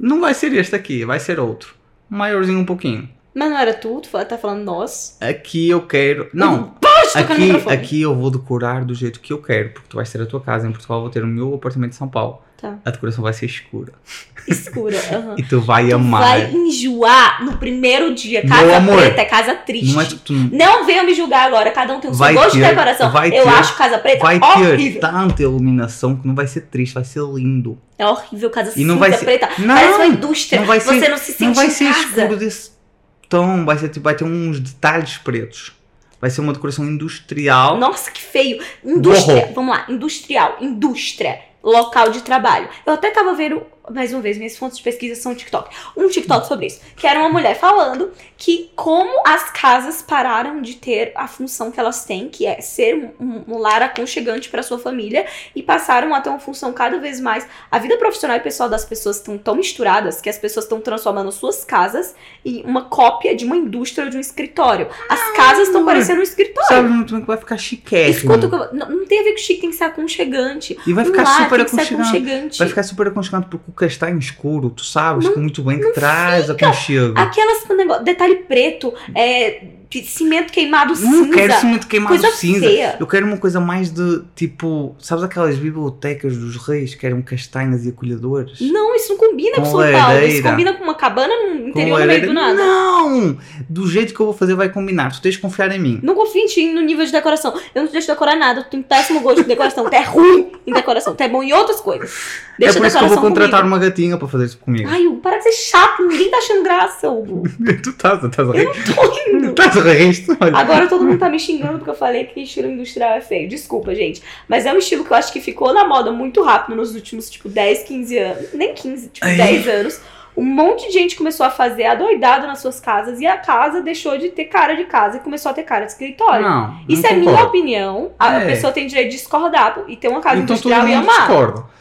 Não vai ser este aqui, vai ser outro. Maiorzinho um pouquinho.
Mas não era tu, tu fala- tá falando nós.
Aqui eu quero. Não,
Para de tocar no
aqui,
microfone.
aqui eu vou decorar do jeito que eu quero, porque tu vais ter a tua casa em Portugal, eu vou ter o meu apartamento em São Paulo.
Tá.
A decoração vai ser escura. [laughs]
Escura. aham.
E tu vai
Tu
amar.
vai enjoar no primeiro dia.
Meu
Casa
amor,
preta é casa triste.
Não é que tu não-
Não venham me julgar agora. Cada um tem o seu
Vai
gosto de
ter-
decoração.
vai
eu
ter-
acho casa preta
Vai ter
é horrível.
tanta iluminação que não vai ser triste, vai ser lindo.
É horrível casa
E não
cinza
vai ser-
preta.
Não!
Parece uma indústria.
não vai
Você
ser-
não se sente
Não vai
em
ser
casa.
escuro desse tom, vai, ser, tipo, vai ter uns detalhes pretos. Vai ser uma decoração industrial.
Nossa, que feio. Indústria.
Borrou.
Vamos lá. Industrial. Indústria. local de trabalho. Eu até tava vendo, mais uma vez, minhas fontes de pesquisa são TikTok. Um TikTok sobre isso. Que era uma mulher falando que como as casas pararam de ter a função que elas têm, que é ser um, um lar aconchegante para sua família, e passaram a ter uma função cada vez mais. A vida profissional e pessoal das pessoas estão tão misturadas que as pessoas estão transformando suas casas em uma cópia de uma indústria ou de um escritório. As casas estão parecendo um escritório.
Sabe muito bem que vai ficar chiquérrimo.
Escuta o que eu- não, não tem a ver com chique, tem que ser aconchegante.
E vai
Um
ficar
lar
super
tem que ser
aconchegante.
aconchegante.
Vai ficar super aconchegante porque o castanho escuro, tu sabes
Não-
que muito bem que
não
traz
fica. Ah,
aconchego.
Aquelas com negócio, detalhe preto, é, de cimento queimado
Não
cinza.
quero cimento queimado
coisa
cinza.
feia.
Eu quero uma coisa mais de tipo, sabes aquelas bibliotecas dos reis que eram castanhas e acolhedoras?
Não, isso não combina com,
Com
São Paulo. Isso
lareira.
combina com uma cabana no
Com
interior no meio
lareira.
do nada.
Não! Do jeito que eu vou fazer vai combinar. Tu tens de confiar em mim.
Não confia em ti no nível de decoração. Eu não te deixo decorar nada. Tu tem péssimo gosto de decoração. Tu é ruim em decoração. Tu é bom em outras coisas. Deixa
é por
a
isso que eu vou
decoração
contratar um
comigo.
uma gatinha para fazer isso comigo.
Ai, Hugo, para de ser chato. Ninguém tá achando graça, Hugo.
[laughs] tu estás, estás
Eu
a rir.
não tô rindo.
Estás a rir isto? Olha.
Agora todo mundo tá me xingando porque eu falei que estilo industrial é feio. Desculpa, gente. Mas é um estilo que eu acho que ficou na moda muito rápido nos últimos, tipo, 10, 15 anos. Nem 15, tipo,
Ai.
10 anos. Um monte de gente começou a fazer adoidado nas suas casas e a casa deixou de ter cara de casa e começou a ter cara de escritório.
não,
Isso
não
é minha
concordo.
opinião. A
É.
pessoa tem direito de discordar e ter uma casa
Então todo
industrial e
mundo
amar.
discorda.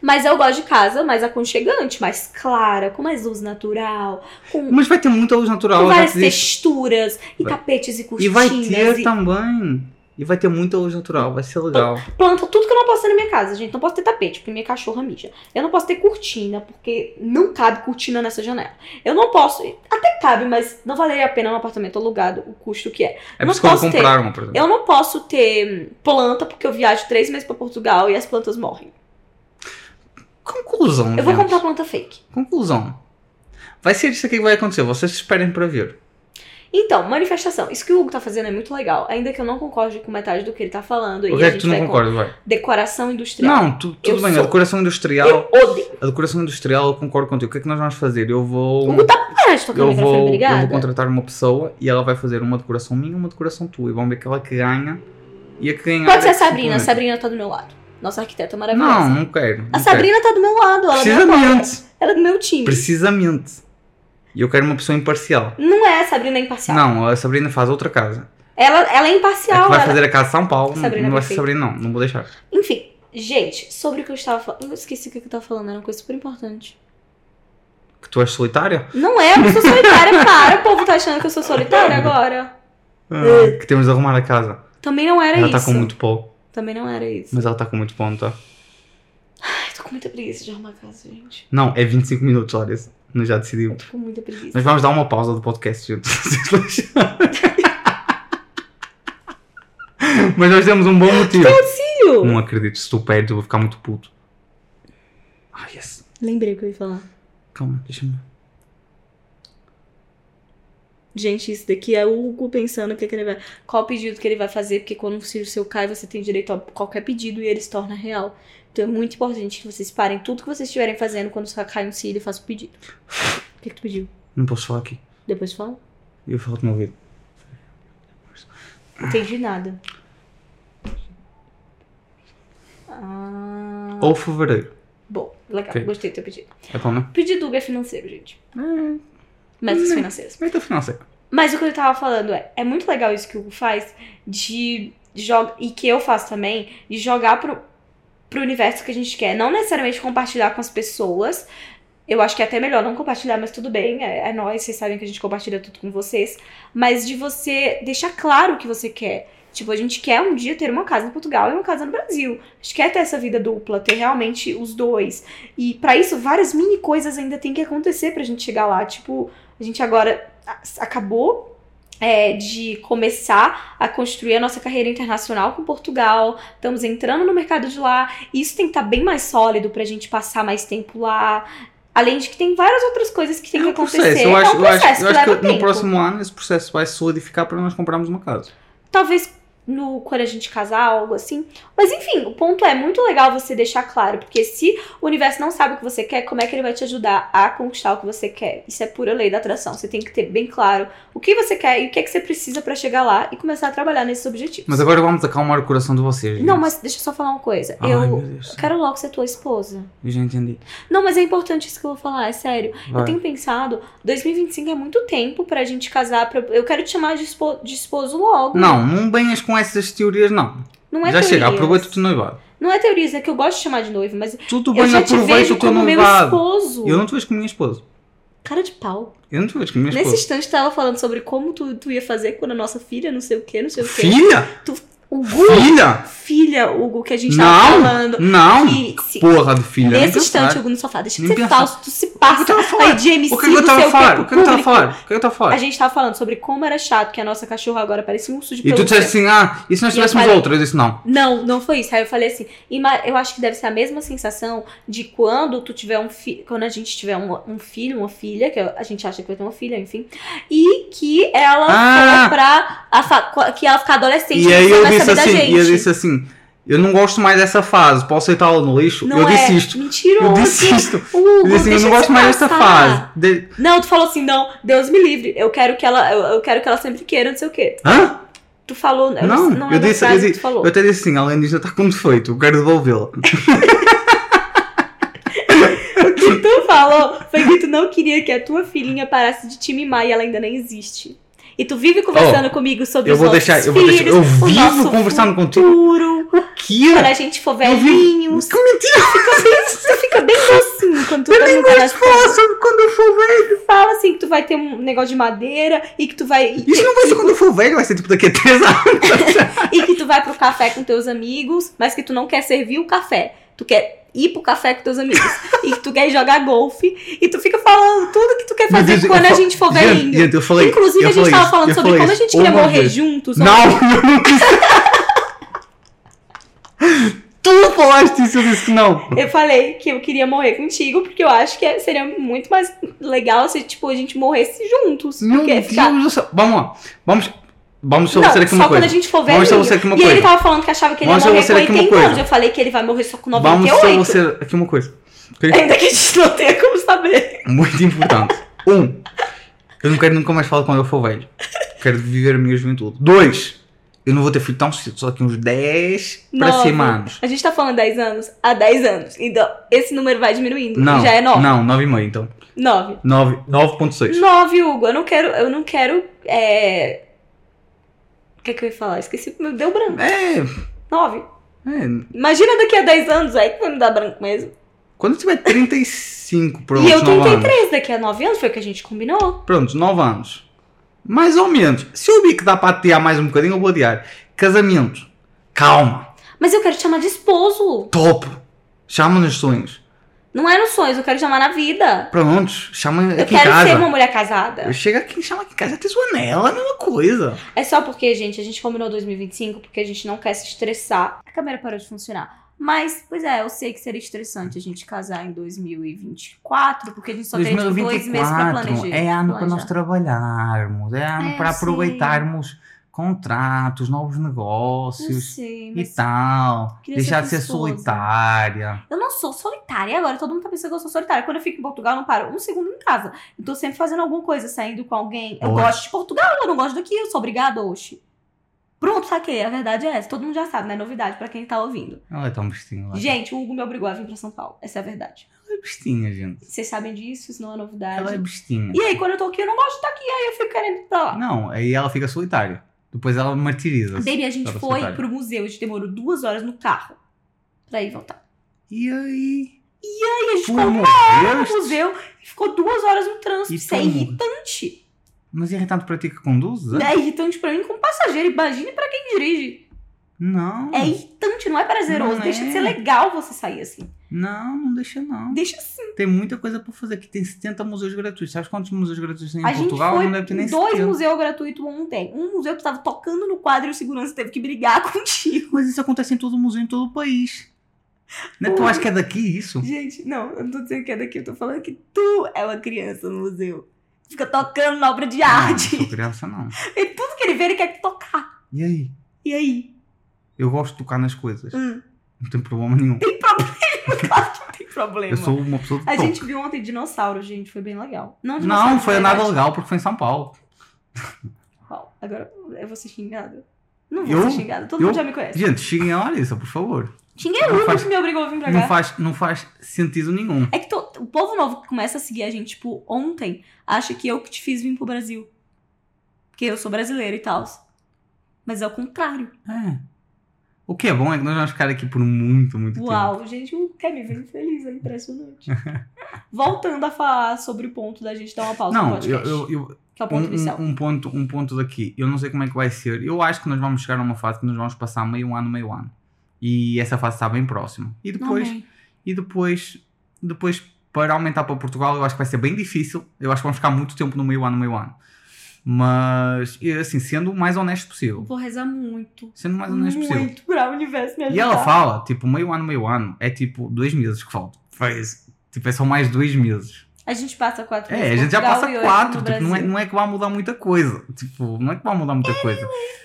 Mas eu gosto de casa mais aconchegante, mais clara, com mais luz natural, com,
Mas vai ter muita luz
com
natural. eu já
várias
te disse.
texturas e
Vai.
tapetes e
E
cortinas.
vai ter
e-
também. E vai ter muita luz natural, vai ser legal. É
planta tudo que eu não posso ter na minha casa, gente. Não posso ter tapete, porque minha cachorra mija. Eu não posso ter cortina, porque não cabe cortina nessa janela. Eu não posso. Até cabe, mas não valeria a pena um apartamento alugado, o custo que é.
É
Não
por isso que eu vou
posso ter.
comprar uma, por exemplo.
Eu não posso ter hum, planta, porque eu viajo três meses pra Portugal e as plantas morrem.
Conclusão.
Eu vou
gente.
comprar planta fake.
Conclusão. Vai ser isso aqui que vai acontecer. Vocês esperem para ver.
Então, manifestação. Isso que o Hugo tá fazendo é muito legal. Ainda que eu não concorde com metade do que ele tá falando.
O
e
que
a
é que
gente
tu não
vai com
concordas, vai?
decoração industrial.
Não, tu- tudo
Eu
bem.
sou.
A decoração industrial.
Eu odeio.
A decoração industrial, eu concordo contigo. O que é que nós vamos fazer? Eu vou.
Hugo, tá parado de tocar no
Eu
microfone,
vou, eu
obrigada.
vou contratar uma pessoa e ela vai fazer uma decoração minha e uma decoração tua. E vamos ver aquela que ganha e a que ganhar.
Pode ser
é
a
que
Sabrina. A
suplementa.
Sabrina tá do meu lado. Nossa arquiteta é maravilhosa.
Não, não quero. não
assim. A
quero.
Sabrina tá do meu lado, ela, é minha colega,
Precisamente.
ela é do meu time.
[laughs] Precisamente. E eu quero uma pessoa imparcial.
Não é, a Sabrina é imparcial.
Não, a Sabrina faz outra casa.
Ela, ela é
É que
imparcial.
vai
ela-
fazer a casa de São Paulo.
Sabrina é
não vai ser
perfeita.
Sabrina, não. Não vou deixar.
Enfim, gente, sobre o que eu estava falando. Eu esqueci o que eu estava falando, era uma coisa super importante.
Que tu és solitária?
Não é, eu não sou solitária, [laughs] para. O povo tá achando que eu sou solitária agora.
Ah, que temos de arrumar a casa.
Também não era
ela
isso.
está com muito pó.
Também não era isso.
Mas ela está com muito pó, não tá?
Ai, tô com muita preguiça de arrumar a casa, gente.
Não, é 25 minutos, olha. Nós já
Eu
decidimos.
tô com muita preguiça.
Nós vamos dar uma pausa do podcast, gente. [laughs] Mas nós temos um bom motivo.
Tio,
Não acredito, se tu perdes, eu vou ficar muito puto. Ah, yes.
lembrei o que eu ia falar.
Calma, deixa-me.
Gente, isso daqui é o Hugo pensando o que, que ele vai. Qual o pedido que ele vai fazer, porque quando um filho seu cai, você tem direito a qualquer pedido e ele se torna real. Então é muito importante que vocês parem tudo que vocês estiverem fazendo quando só cai um cílio e façam o pedido. O que, que tu pediu?
Não posso falar aqui.
Depois fala?
Eu falo no meu ouvido.
Não entendi nada. Ah.
Ou fevereiro.
Bom, legal,
Ok.
gostei do teu pedido.
É bom, né?
O pedido do Hugo é financeiro, gente.
É,
Metas
Hum.
financeiras.
meta financeira.
Mas o que eu tava falando é, é muito legal isso que o Hugo faz de joga e que eu faço também, de jogar pro, pro universo que a gente quer. Não necessariamente compartilhar com as pessoas. Eu acho que é até melhor não compartilhar, mas tudo bem, é, é nós, vocês sabem que a gente compartilha tudo com vocês. Mas de você deixar claro o que você quer. Tipo, a gente quer um dia ter uma casa em Portugal e uma casa no Brasil. A gente quer ter essa vida dupla, ter realmente os dois. E pra isso, várias mini coisas ainda tem que acontecer pra gente chegar lá. Tipo, a gente agora a- acabou é, de começar a construir a nossa carreira internacional com Portugal, estamos entrando no mercado de lá, e isso tem que estar bem mais sólido pra gente passar mais tempo lá. Além de que tem várias outras coisas que tem que acontecer.
Eu acho,
é um
eu acho,
processo
eu acho
que leva
que no
tempo.
próximo ano esse processo vai solidificar para nós comprarmos uma casa.
Talvez no quando a gente casar, algo assim. Mas enfim, o ponto é muito legal você deixar claro, porque se o universo não sabe o que você quer, como é que ele vai te ajudar a conquistar o que você quer? Isso é pura lei da atração. Você tem que ter bem claro o que você quer e o que é que você precisa pra chegar lá e começar a trabalhar nesses objetivos.
Mas agora vamos acalmar o coração de vocês.
Não,
gente.
mas deixa eu só falar uma coisa.
Ai, meu
eu
Deus.
quero logo ser tua esposa.
Eu já entendi.
Não, mas é importante isso que eu vou falar, é sério.
Vai.
Eu tenho pensado, 2025 é muito tempo pra gente casar. pra- Eu quero te chamar de, espo- de esposo logo.
Não, não venhas com essas teorias, não.
um Não é
já chega,
teorias.
aproveita o teu noivado.
Não é teorias, é que eu gosto de chamar de noivo, mas
Tudo
eu
bem,
já te
aproveita
vejo
o teu
como meu
noivado.
esposo.
Eu não te vejo com minha esposa.
Cara de pau.
Eu não te vejo com minha
Nesse
esposa.
instante tava falando sobre como tu, tu ia fazer quando a nossa filha, não sei o que, não sei o que.
Filha?
Hugo,
Filha?
filha, Hugo, que a gente tava
Não!
falando.
Não!
Que se-
Porra de filha. é nem
Nesse
pensar.
instante, Hugo não só fala, deixa de
Nem
ser
pensar.
falso, tu se passa.
tava
Aí, GMC,
O que é que eu
não
tava
sei
a falar?
pro
O que é que eu tava a
público.
falar? O que é que eu tava a
A
falar?
gente tava falando sobre como era chato que a nossa cachorra agora parecia um urso de
E tu
pelúcia.
disseste assim, ah, e se nós
E eu
tivéssemos
falei-
outra? Eu disse não.
Não, não foi isso. Aí eu falei assim, ima- eu acho que deve ser a mesma sensação de quando tu tiver um filho, quando a gente tiver um, um filho, uma filha, que a gente acha que vai ter uma filha, enfim, e que ela
Ah!
for pra a fa- que ela ficar adolescente
E aí
você
eu
vai
disse
saber
assim,
da gente.
e eu disse assim, eu não gosto mais dessa fase, posso aceitá-la no lixo?
não
eu
é
disse isto.
mentiroso.
Eu disse isto.
Hugo,
Eu disse
deixa
assim, eu não
de
gosto
se
mais dessa
passar.
fase. De-
Não, tu falou assim, não, Deus me livre. Eu quero que ela, eu, eu quero que ela sempre queira, não sei o quê.
Hã?
Tu falou, eu não,
Não,
não é
eu
da
disse-
frase
eu
que
disse-
tu falou.
Eu até disse assim, a alienígena está com defeito, eu quero devolvê-la.
O que tu falou Então foi que tu não queria que a tua filhinha parasse de te mimar e ela ainda nem existe. E tu vive conversando comigo sobre É
Eu
os
vou
nossos
deixar, eu
filhos,
vou deixar, eu
o
vivo
nosso
conversando contigo.
futuro,
Que?
quando a gente for
Eu vivo- [laughs]
velhinho.
Que mentira!
Você fica bem docinho quando tu
Eu
tá
nem
no
gosto de
cadastro.
falar sobre quando eu for
Tu
velho.
fala assim que tu vai ter um negócio de madeira e que tu vai e,
Isso não vai ser quando eu for velho, vai ser tipo daqui a três anos.
e que tu vai pro café com teus amigos, mas que tu não quer servir o café. Tu quer ir pro café com teus
[laughs]
amigos e que tu quer jogar golfe e tu fica falando tudo que tu quer
Meu
fazer
Deus, eu
quando a
fal-
gente for
Gente,
velhinho.
gente, eu falei.
Inclusive,
eu
a gente
falei
tava
isso,
falando
eu
sobre
falei
como a
isso
gente queria
uma
morrer
vez.
juntos.
Não, [laughs] eu não disse. tu falaste isso, eu disse que não.
Eu falei que eu queria morrer contigo, porque eu acho que é, seria muito mais legal se, tipo, a gente morresse juntos.
Meu
porque
Deus
ficar...
do céu. Vamos lá. Vamos, vamos
Não,
estabelecer aqui
só
uma
quando
coisa.
a gente for
Vamos
velhinho.
estabelecer aqui uma
e ele
coisa.
tava falando que achava que ele ia
Vamos
morrer com
estabelecer aqui uma
80
coisa.
anos. Eu falei que ele vai morrer só com
Vamos
98.
estabelecer aqui uma coisa. ok?
[laughs] Ainda que a gente não tenha como saber.
Muito importante. Um, eu não quero nunca mais falar quando eu for velho. Quero viver a minha juventude. Dois, eu não vou ter filho tão cedo, só que uns 10 para
Nove.
cima anos.
A gente tá falando 10 anos há 10 anos. Então, esse número vai diminuindo.
Não,
Já é 9.
Não, 9,5 então.
9.
Nove- 9,6.
9, Hugo. Eu não quero. Eu não quero. É... O que é que eu ia falar? Esqueci. Meu, deu branco.
É,
9.
é.
Imagina daqui a 10 anos, aí que vai me dar branco mesmo.
Quando eu tiver 35, pronto,
e eu
9 anos.
33 daqui a 9 anos, foi o que a gente combinou.
Pronto, 9 anos. Mais ou menos. Se eu vi que dá para adiar mais um bocadinho, eu vou adiar. Casamento. Calma.
Mas eu quero te chamar de esposo.
Top. Chama nos sonhos.
Não é nos sonhos, eu quero te chamar na vida.
Pronto, chama
Eu
aqui em
quero
casa.
ser uma mulher casada.
Chega aqui e chama aqui em casa, tens o anel, é a mesma coisa.
É só porque, gente, a gente combinou 2025 porque a gente não quer se estressar. A câmera parou de funcionar. Mas, pois é, eu sei que seria estressante a gente casar em 2024, porque a gente só teria tipo, dois meses pra planejar.
é ano para nós
planejar.
trabalharmos, é ano
É, eu
para
sei.
aproveitarmos contratos, novos
Eu
negócios
sei,
e
mas
tal.
queria
Deixar
ser
de ser
esposa.
solitária.
Eu não sou solitária. E agora todo mundo tá pensando que eu sou solitária. Quando eu fico em Portugal, eu não paro um segundo em casa. Eu tô sempre fazendo alguma coisa, saindo com alguém. Eu
Boa.
gosto de Portugal, eu não gosto daqui. Eu sou obrigada, oxe. Pronto, saquei. A verdade é essa. Todo mundo já sabe, não é novidade pra quem tá ouvindo.
Ela é tão bestinha lá.
Gente, o Hugo me obrigou a vir pra São Paulo. Essa é a verdade.
Ela é bestinha, gente.
Vocês sabem disso, isso não é
Ela é
novidade.
bestinha.
E aí, quando eu tô aqui, eu não gosto de estar aqui. Aí eu fico querendo ir pra lá.
Não, aí ela fica solitária. Depois ela martiriza-se.
Baby, a gente
Tava
foi
solitária.
pro museu. A gente demorou duas horas no carro pra ir voltar.
E aí?
E aí, a gente
Por
ficou no
amor de Deus.
museu e ficou duas horas no trânsito.
E
Isso é
tu?
irritante.
Mas irritante para ti que conduzes? é?
É irritante pra mim como passageiro, imagine pra quem dirige.
Não.
É irritante, não é prazeroso.
Não é.
Deixa de ser legal você sair assim.
Não, não deixa não.
Deixa assim.
Tem muita coisa para fazer aqui. Tem 70 museus gratuitos. Sabes quantos museus gratuitos tem em
a gente
Portugal?
foi
não deve ter nem
em dois
70.
museus gratuitos ontem. Um museu que tu tava tocando no quadro e o segurança teve que brigar [laughs] contigo.
Mas isso acontece em todo museu, em todo o país. Não é que tu
Ui.
acha que é daqui isso?
Gente, não, eu não tô dizendo que é daqui, eu tô falando que tu é uma criança no museu. Fica tocando na obra de
Não, não sou [laughs]
arte.
criança, não.
E tudo que ele vê, ele quer tocar.
E aí?
E aí?
Eu gosto de tocar nas coisas.
Hum. [laughs]
Não tem problema nenhum.
Tem problema? claro que não tem
Eu
problema.
sou um uma pessoa de
A
toque.
gente viu ontem dinossauro, gente. Foi bem legal. Não, dinossauro,
Não,
de
foi
verdade.
nada legal porque foi em São Paulo.
Qual? Agora eu vou ser xingada? Não vou
Eu?
ser xingada. Todo
Eu?
mundo já me conhece.
Gente, cheguem a Larissa, por favor.
Xinguei
Não
aluno
faz-
que me obrigou a vir pra
Não
cá.
faz, não faz sentido nenhum.
É que to- o povo novo que começa a seguir a gente, tipo, ontem, acha que eu que te fiz vir pro Brasil. Porque eu sou brasileira e tal. Mas é o contrário.
É. O que é bom é que nós vamos ficar aqui por muito, muito tempo.
Uau, gente, um o Kevin vem feliz, é
[laughs]
impressionante. Voltando a falar sobre o ponto da gente dar uma pausa no
Não, eu,
podcast.
eu, eu-
Que é o
um,
ponto inicial.
um- um ponto, um ponto daqui. Eu não sei como é que vai ser. Eu acho que nós vamos chegar a uma fase que nós vamos passar meio ano, meio ano. E essa fase está bem próxima. E depois,
Amém.
e depois, depois para aumentar para Portugal, eu acho que vai ser bem difícil. Eu acho que vamos ficar muito tempo no meio ano, meio ano. Mas, e, assim, sendo o mais honesto possível.
Vou rezar muito.
Sendo o mais honesto é possível.
Muito é pra o universo me ajudar.
E ela fala, tipo, meio ano, meio ano, é tipo dois meses que faltam. Faz. Tipo, é só mais dois meses.
A gente passa quatro
É,
meses
a
em
gente já
Portugal
passa
e oito
quatro,
no
tipo, não, é,
Brasil.
não é que vai mudar muita coisa. Tipo, não é que vai mudar muita coisa.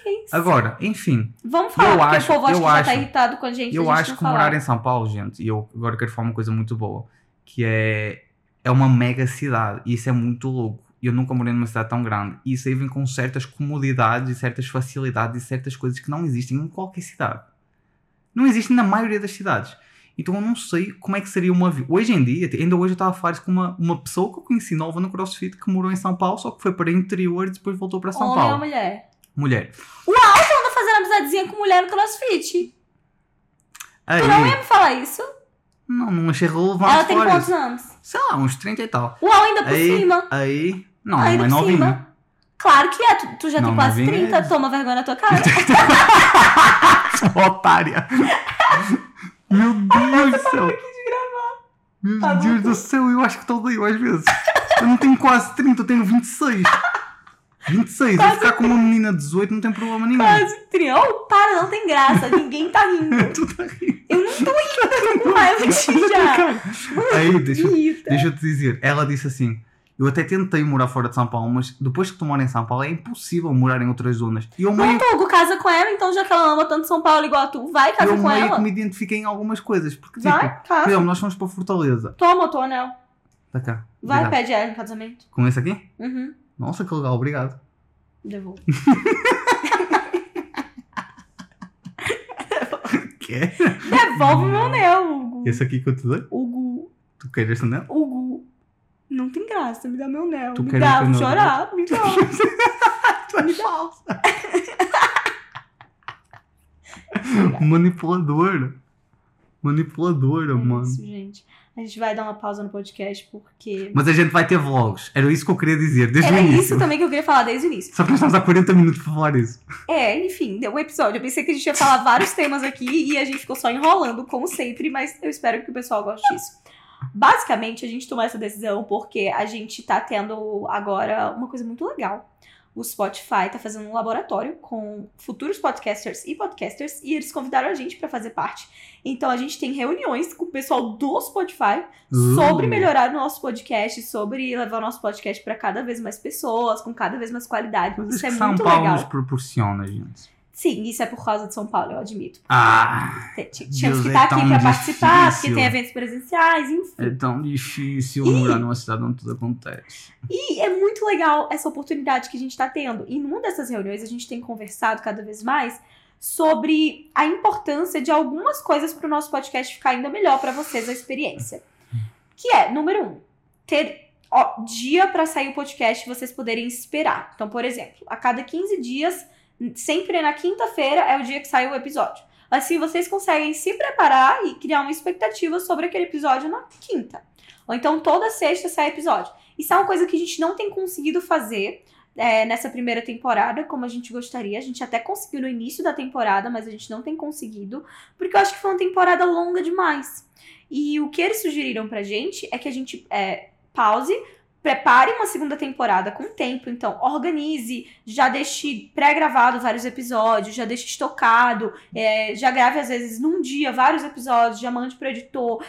é Isso.
Agora, enfim,
Vamos falar,
eu
porque
acho-
o povo acho
eu
que já tá
acho-
irritado com a gente.
eu
a gente
acho
não
que
falar.
morar em São Paulo, gente, e eu agora quero falar uma coisa muito boa, que é, é uma mega cidade, e isso é muito louco. Eu nunca morei numa cidade tão grande. E isso aí vem com certas comodidades e certas facilidades e certas coisas que não existem em qualquer cidade. Não existem na maioria das cidades. Então eu não sei como é que seria uma vida. Hoje em dia, ainda hoje eu estava a falar isso com uma, uma pessoa que eu conheci nova no CrossFit que morou em São Paulo, só que foi para o interior e depois voltou para São
Homem ou
Paulo.
mulher?
Mulher.
Anda fazendo amizadezinha com mulher no crossfit.
É Aí,
Tu não ia me falar isso?
não, não achei relevante.
ela tem
falar
quantos
isso.
anos?
Sei lá, uns 30 e tal.
Uau, ainda por
Aí-
cima.
Aí. Não,
Ainda
não
por
é novinho.
cima. Claro que é, tu, tu já
Não,
tem quase
novinha
30,
é-
toma vergonha na tua
[laughs]
cara.
Otária. Meu Deus do céu. Meu
Tá
Deus do
maluco.
céu, eu acho que estou doido às vezes. Eu não tenho quase 30, eu tenho 26. 26, eu
Quase
ficar com uma menina de 18 não tem problema nenhum. [laughs]
quase 30. Oh, para, não tem graça, ninguém tá rindo.
Tu tá rindo.
Eu não tô
[laughs]
rindo, não vai, eu vou te já.
Aí, deixa, eu-
Irrita.
deixa eu te dizer, ela disse assim: Eu até tentei morar fora de São Paulo, mas depois que tu mora em São Paulo é impossível morar em outras zonas. E eu meio
Pronto, Hugo, casa com ela, então já que ela ama tanto São Paulo igual tu, vai, casa
eu
tá com
meio
ela. é
que me identifiquei em algumas coisas. Porque, tipo,
Vai,
por
casa.
exemplo, nós fomos para Fortaleza.
Toma o teu anel.
Tá cá.
Vai,
Obrigado.
pede ela em casamento.
Com esse aqui?
Uhum.
Nossa, que legal, obrigado.
Devolvo.
Que?
Devolve meu anel, Hugo.
Hum. Esse aqui que eu te dei?
Hugo,
Tu queres esse anel?
Hugo. Não tem graça, me dá meu anel.
Tu
me
quer
dá, vou
ver meu anel?
chorar, me dá. [laughs]
Tu és falsa. Manipuladora. Manipuladora,
É
mano.
isso, gente. A gente vai dar uma pausa no podcast porque.
Mas a gente vai ter vlogs. Era isso que eu queria dizer desde
Era
o início.
isso também que eu queria falar desde o início.
Só que nós estamos há 40 minutos para falar isso.
É, enfim, deu um episódio. Eu pensei que a gente ia falar vários temas aqui e a gente ficou só enrolando, como sempre, mas eu espero que o pessoal goste disso. Basicamente, a gente tomou essa decisão porque a gente tá tendo agora uma coisa muito legal. O Spotify tá fazendo um laboratório com futuros podcasters e podcasters e eles convidaram a gente pra fazer parte. Então a gente tem reuniões com o pessoal do Spotify sobre
Uh.
melhorar o nosso podcast, sobre levar o nosso podcast pra cada vez mais pessoas, com cada vez mais qualidade.
Coisas
Isso é
que São
muito
Paulo
legal.
nos proporciona, gente.
Sim, isso é por causa de São Paulo, eu admito.
Ah,
T- t-
Deus,
Tínhamos que
é
estar
tão
aqui pra participar,
difícil.
porque tem eventos presenciais,
é
enfim.
tão difícil
Ih.
morar numa cidade onde tudo acontece.
E é muito legal essa oportunidade que a gente tá tendo. E numa dessas reuniões a gente tem conversado cada vez mais sobre a importância de algumas coisas pro nosso podcast ficar ainda melhor pra vocês a experiência. Que é, número um, ter ó, dia pra sair o podcast e vocês poderem esperar. Então, por exemplo, a cada 15 dias, sempre na quinta-feira é o dia que sai o episódio. Assim, vocês conseguem se preparar e criar uma expectativa sobre aquele episódio na quinta. Ou então, toda sexta sai episódio. Isso é uma coisa que a gente não tem conseguido fazer é, nessa primeira temporada, como a gente gostaria. A gente até conseguiu no início da temporada, mas a gente não tem conseguido, porque eu acho que foi uma temporada longa demais. E o que eles sugeriram pra gente é que a gente é, pause, prepare uma segunda temporada com tempo. Então, organize, já deixe pré-gravado vários episódios, já deixe estocado, é, já grave às vezes num dia vários episódios, já mande pro editor.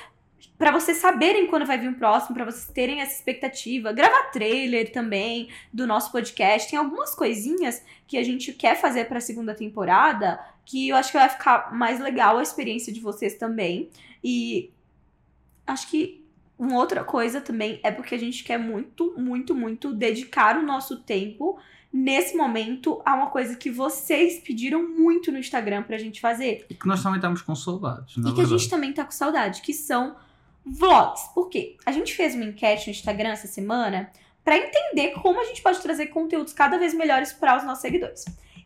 Pra vocês saberem quando vai vir o próximo, pra vocês terem essa expectativa. Gravar trailer também do nosso podcast. Tem algumas coisinhas que a gente quer fazer pra segunda temporada que eu acho que vai ficar mais legal a experiência de vocês também. E acho que uma outra coisa também é porque a gente quer muito, muito, muito dedicar o nosso tempo nesse momento a uma coisa que vocês pediram muito no Instagram pra gente fazer.
E que nós também estamos com saudades, na
e que a
verdade.
gente também tá com saudade, que são vlogs. Por quê? A gente fez uma enquete no Instagram essa semana pra entender como a gente pode trazer conteúdos cada vez melhores para os nossos seguidores.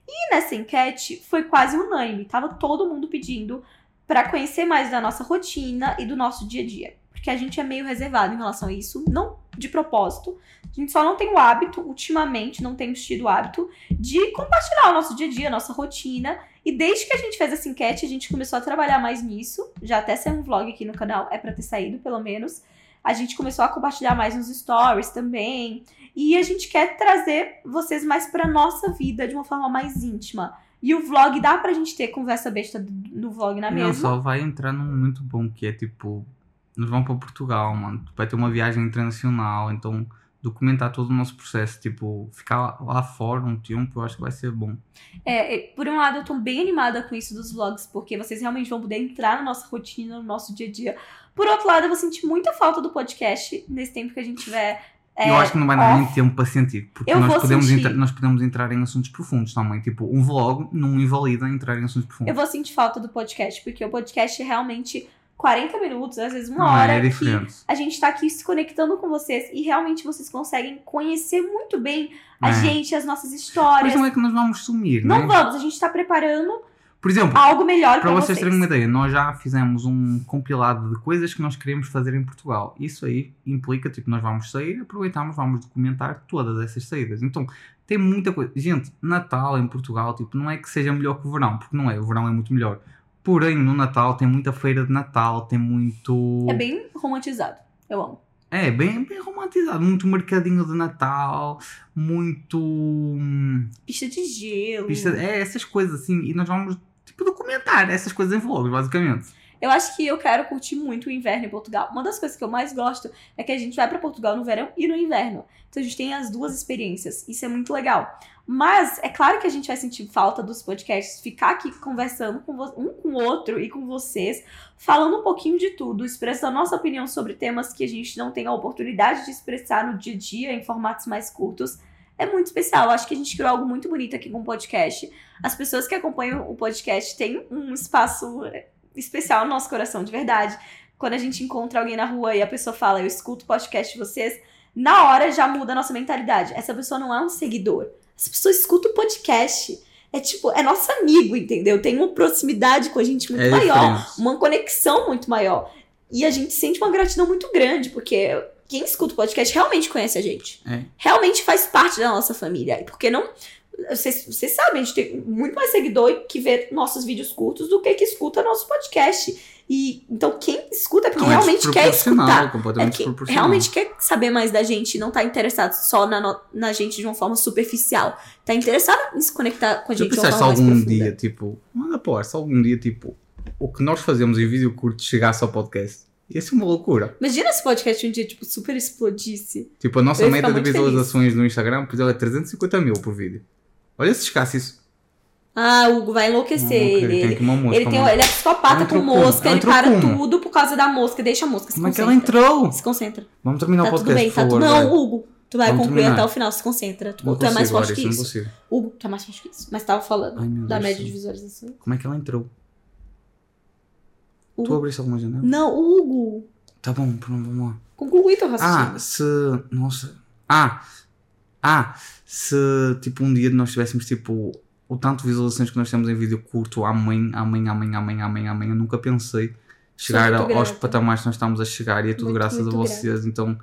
E nessa enquete foi quase unânime, tava todo mundo pedindo pra conhecer mais da nossa rotina e do nosso dia a dia. Porque a gente é meio reservado em relação a isso, não de propósito. A gente só não tem o hábito, ultimamente, não temos tido o hábito de compartilhar o nosso dia a dia, a nossa rotina e desde que a gente fez essa enquete, a gente começou a trabalhar mais nisso. Já até saiu um vlog aqui no canal, é pra ter saído, pelo menos. A gente começou a compartilhar mais nos stories também. E a gente quer trazer vocês mais pra nossa vida de uma forma mais íntima. E o vlog dá pra gente ter conversa besta no vlog na
Não,
mesma.
só vai entrar num muito bom que é tipo. Nós vamos para Portugal, mano. Tipo, Vai ter uma viagem internacional, então documentar todo o nosso processo, tipo, ficar lá- lá fora um tempo, eu acho que vai ser bom.
É, é, por um lado, eu tô bem animada com isso dos vlogs, porque vocês realmente vão poder entrar na nossa rotina, no nosso dia a dia. Por outro lado, eu vou sentir muita falta do podcast nesse tempo que a gente tiver. é,
eu acho que não vai dar
off.
muito tempo para sentir, porque
Eu vou
nós podemos,
sentir.
entra- nós podemos entrar em assuntos profundos também. Tipo, um vlog não invalida entrar em assuntos
Eu
profundos.
vou sentir falta do podcast, porque o podcast é realmente 40 minutos, às vezes uma
não
hora.
é, é
que
diferente.
a gente tá aqui se conectando com vocês e realmente vocês conseguem conhecer muito bem a
É.
gente, as nossas
Mas
histórias.
não é que nós vamos sumir,
Não
né?
vamos, a gente tá preparando
Por exemplo,
algo melhor
para
pra
vocês terem uma ideia, nós já fizemos um compilado de coisas que nós queremos fazer em Portugal. Isso aí implica, tipo, nós vamos sair, aproveitamos, vamos documentar todas essas saídas. Então, tem muita coisa. Gente, Natal em Portugal, tipo, não é que seja melhor que o verão, porque não é, o verão é muito melhor. Porém, no Natal tem muita feira de Natal, tem muito.
É bem romantizado. Eu amo.
É, bem, bem romantizado. Muito mercadinho de Natal, muito. hum,
Pista de gelo.
pista- É, essas coisas assim. E nós vamos, tipo, documentar essas coisas em vlogs, basicamente.
Eu acho que eu quero curtir muito o inverno em Portugal. Uma das coisas que eu mais gosto é que a gente vai pra Portugal no verão e no inverno. Então a gente tem as duas experiências. Isso é muito legal. Mas é claro que a gente vai sentir falta dos podcasts, ficar aqui conversando com vo- um com o outro e com vocês, falando um pouquinho de tudo, expressando a nossa opinião sobre temas que a gente não tem a oportunidade de expressar no dia a dia em formatos mais curtos. É muito especial. Eu Acho que a gente criou algo muito bonito aqui com o podcast. As pessoas que acompanham o podcast têm um espaço especial no nosso coração, de verdade. Quando a gente encontra alguém na rua e a pessoa fala, eu escuto o podcast de vocês, na hora já muda a nossa mentalidade. Essa pessoa não é um seguidor. Essa pessoa escuta o podcast. É tipo, é nosso amigo, entendeu? Tem uma proximidade com a gente muito maior
É diferente.
uma conexão muito maior. E a gente sente uma gratidão muito grande, porque quem escuta o podcast realmente conhece a gente.
É.
Realmente faz parte da nossa família. E Porque não. Vocês, vocês sabem, a gente tem muito mais seguidor que vê nossos vídeos curtos do que que escuta nosso podcast. E então quem escuta é porque
Não, é
realmente quer
desproporcional,
escutar. É
Completamente
que
desproporcional.
realmente quer saber mais da gente, não tá interessado só na, no- na gente de uma forma superficial. Tá interessado em se conectar com a
Já
gente de uma
pensaste
forma mais
algum
profunda.
dia, tipo, manda pô, se algum dia, tipo, o que nós fazemos em vídeo curto chegasse ao podcast? Ia ser uma loucura.
Imagina se o podcast um dia, tipo, super explodisse.
Tipo, a
Eu
nossa
ia
meta
ficar
de
muito
visualizações no Instagram, por exemplo, é 350 mil por vídeo. Olha se chegasse isso.
Ah, Hugo vai enlouquecer.
Não,
ele,
não, tem
ele,
aqui uma mosca.
ele tem,
mano.
ele é psicopata
É um
com
trucume,
mosca,
é um
ele para
trucume.
tudo por causa da mosca, deixa a mosca, se
Como é que ela
concentra.
entrou?
Se concentra.
Vamos terminar
Tá
o
tudo
podcast,
bem,
por
tá
favor.
tudo. Não,
velho.
Hugo, tu vai
Vamos
concluir
terminar.
até o final, se concentra. Tu,
Não
tu é mais
consigo,
forte
olha,
que
não
isso.
consigo.
Hugo, tu é mais forte que isso. Mas tava falando
Ai, meu
da
Deus
média
do
de
céu.
visualização.
Como é que ela entrou? Tu
Hugo.
abriste alguma janela?
Não, Hugo.
Tá bom, pronto, vamos lá.
Conclui teu
Ah,
raciocínio.
se. Nossa. Ah! Ah! Se tipo um dia nós tivéssemos tipo o tanto de visualizações que nós temos em vídeo curto, amém, amém, amém, amém, amém, amém. Eu nunca pensei chegar
muito
ao- aos
grata.
patamares que nós estamos a chegar e é tudo
Muito,
graças
muito
a vocês. Então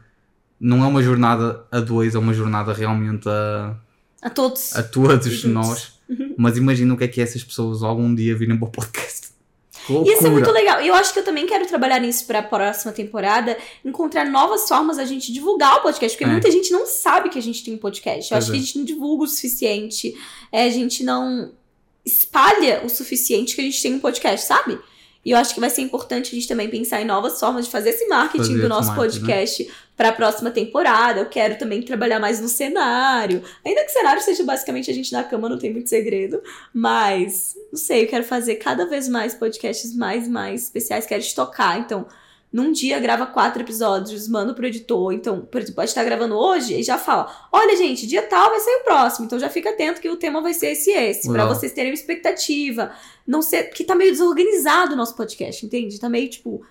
não é uma jornada a dois, é uma jornada realmente a,
a todos.
a todos
Juntos. [laughs]
nós. Mas imagina o que é que essas pessoas algum dia virem para o podcast. Que
E Isso é muito
loucura.
legal. E eu acho que eu também quero trabalhar nisso pra próxima temporada, encontrar novas formas da gente divulgar o podcast, porque
É.
muita gente não sabe que a gente tem um podcast. Eu
Pois
acho
é.
que a gente não divulga o suficiente, é, a gente não espalha o suficiente que a gente tem um podcast, sabe? E eu acho que vai ser importante a gente também pensar em novas formas de fazer esse marketing
Fazer
do
esse
nosso
marketing, né?
podcast para a próxima temporada. Eu quero também trabalhar mais no cenário. Ainda que o cenário seja basicamente a gente na cama, não tem muito segredo. Mas, não sei, eu quero fazer cada vez mais podcasts mais, mais especiais. Quero estocar. Então, num dia grava quatro episódios, manda pro editor. Então, por exemplo, pode estar gravando hoje e já fala: olha, gente, dia tal vai sair o próximo. Então já fica atento que o tema vai ser esse e esse, pra
Legal.
vocês terem uma expectativa. Não ser. Porque tá meio desorganizado o nosso podcast, entende? Tá meio tipo.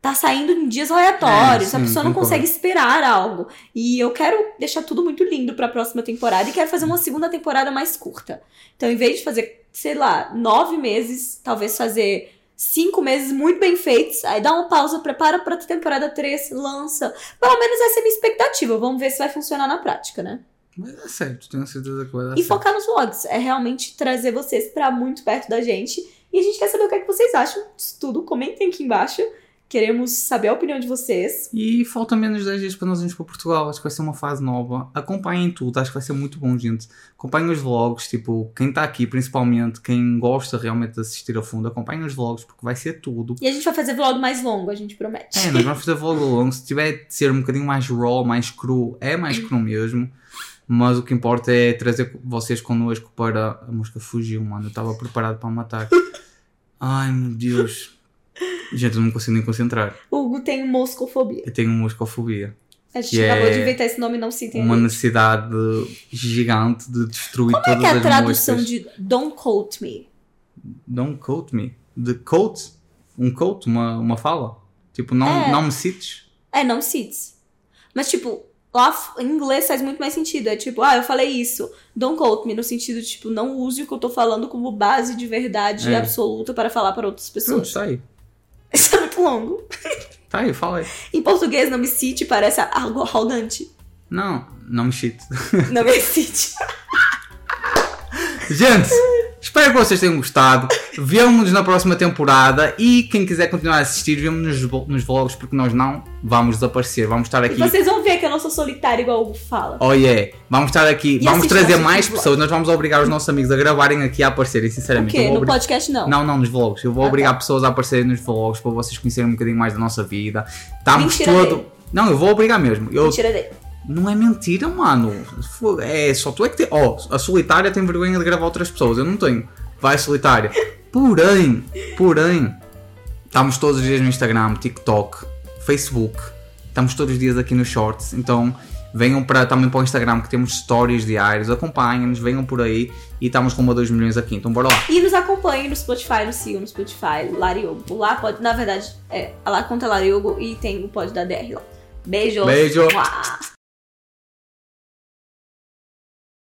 Tá saindo em dias aleatórios,
É,
a
sim,
pessoa não
concordo.
consegue esperar algo. E eu quero deixar tudo muito lindo pra próxima temporada e quero fazer uma segunda temporada mais curta. Então, em vez de fazer, sei lá, nove meses, talvez fazer cinco meses muito bem feitos, aí dá uma pausa, prepara pra temporada 3, lança. Pelo menos essa é a minha expectativa. Vamos ver se vai funcionar na prática, né?
Vai dar certo, é tenho certeza que vai dar
E
Tá certo.
focar nos vlogs. É realmente trazer vocês pra muito perto da gente. E a gente quer saber o que, é que vocês acham disso tudo. Comentem aqui embaixo. Queremos saber a opinião de vocês.
E falta menos 10 dias para nós irmos para Portugal. Acho que vai ser uma fase nova. Acompanhem tudo, acho que vai ser muito bom, gente. Acompanhem os vlogs, tipo, quem está aqui, principalmente, quem gosta realmente de assistir a fundo, acompanhem os vlogs, porque vai ser tudo.
E a gente vai fazer vlog mais longo, a gente promete.
É, nós vamos fazer vlog longo. Se tiver de ser um bocadinho mais raw, mais cru, é mais cru mesmo. Mas o que importa é trazer vocês connosco para. A mosca fugiu, mano. Eu estava preparado para um ataque. Ai meu Deus. Gente, eu não consigo nem concentrar.
O Hugo tem moscofobia.
Eu tenho moscofobia.
A gente
Que é
acabou de inventar esse nome, não citem.
uma
ele.
necessidade gigante de destruir
Como é
todas
que é a
as
tradução
moscas.
de Don't Quote Me?
Don't quote me. De quote? Um quote? Uma, uma fala? Tipo, não,
É.
não me cites?
É, não cites. Mas, tipo, lá f- em inglês faz muito mais sentido. É tipo, ah, eu falei isso. Don't quote me, no sentido, de, tipo, não use o que eu tô falando como base de verdade
É.
absoluta para falar para outras
Pronto,
pessoas.
está aí.
Isso é muito [laughs] longo.
Está aí, fala aí.
Em português, não me cite parece algo arrogante. é
Não, não me cite. [laughs]
Não me cite.
Gente, espero que vocês tenham gostado. Vemo-nos na próxima temporada e quem quiser continuar a assistir, vemo-nos nos, vo- nos vlogs porque nós não vamos desaparecer. Vamos estar
E
aqui.
vocês vão ver que eu não sou solitária igual o Hugo fala.
Oh yeah, vamos estar aqui,
E
vamos
assiste
trazer
nossos
mais
vlogs.
pessoas, nós vamos obrigar os nossos amigos a gravarem aqui e a aparecerem,
O
sinceramente. Eu
quê?
vou
No
obrigar-
podcast, não.
né? Não, não, nos vlogs. Eu vou
Ah,
obrigar pessoas a aparecerem nos vlogs para vocês conhecerem um bocadinho mais da nossa vida. Estamos
Mentira
todo.
dele.
Não, eu vou obrigar mesmo. Eu...
Mentira dele.
Não é mentira, mano. Fo- É só tu é que tem. Ó, a solitária tem vergonha de gravar outras pessoas. Eu não tenho.
[laughs]
Vai, solitária. Porém, porém, estamos todos os dias no Instagram, TikTok, Facebook. Estamos todos os dias aqui nos shorts. Então, venham para, também para o Instagram que temos stories diários. Acompanhem-nos, venham por aí. E estamos com uma 2 milhões aqui. Então, bora lá.
E nos acompanhem no Spotify, nos sigam no Spotify, Lariogo. Lá pode, na verdade, é, lá conta Lariogo e tem o pod da DR lá. Beijo.
Beijo.
Mua.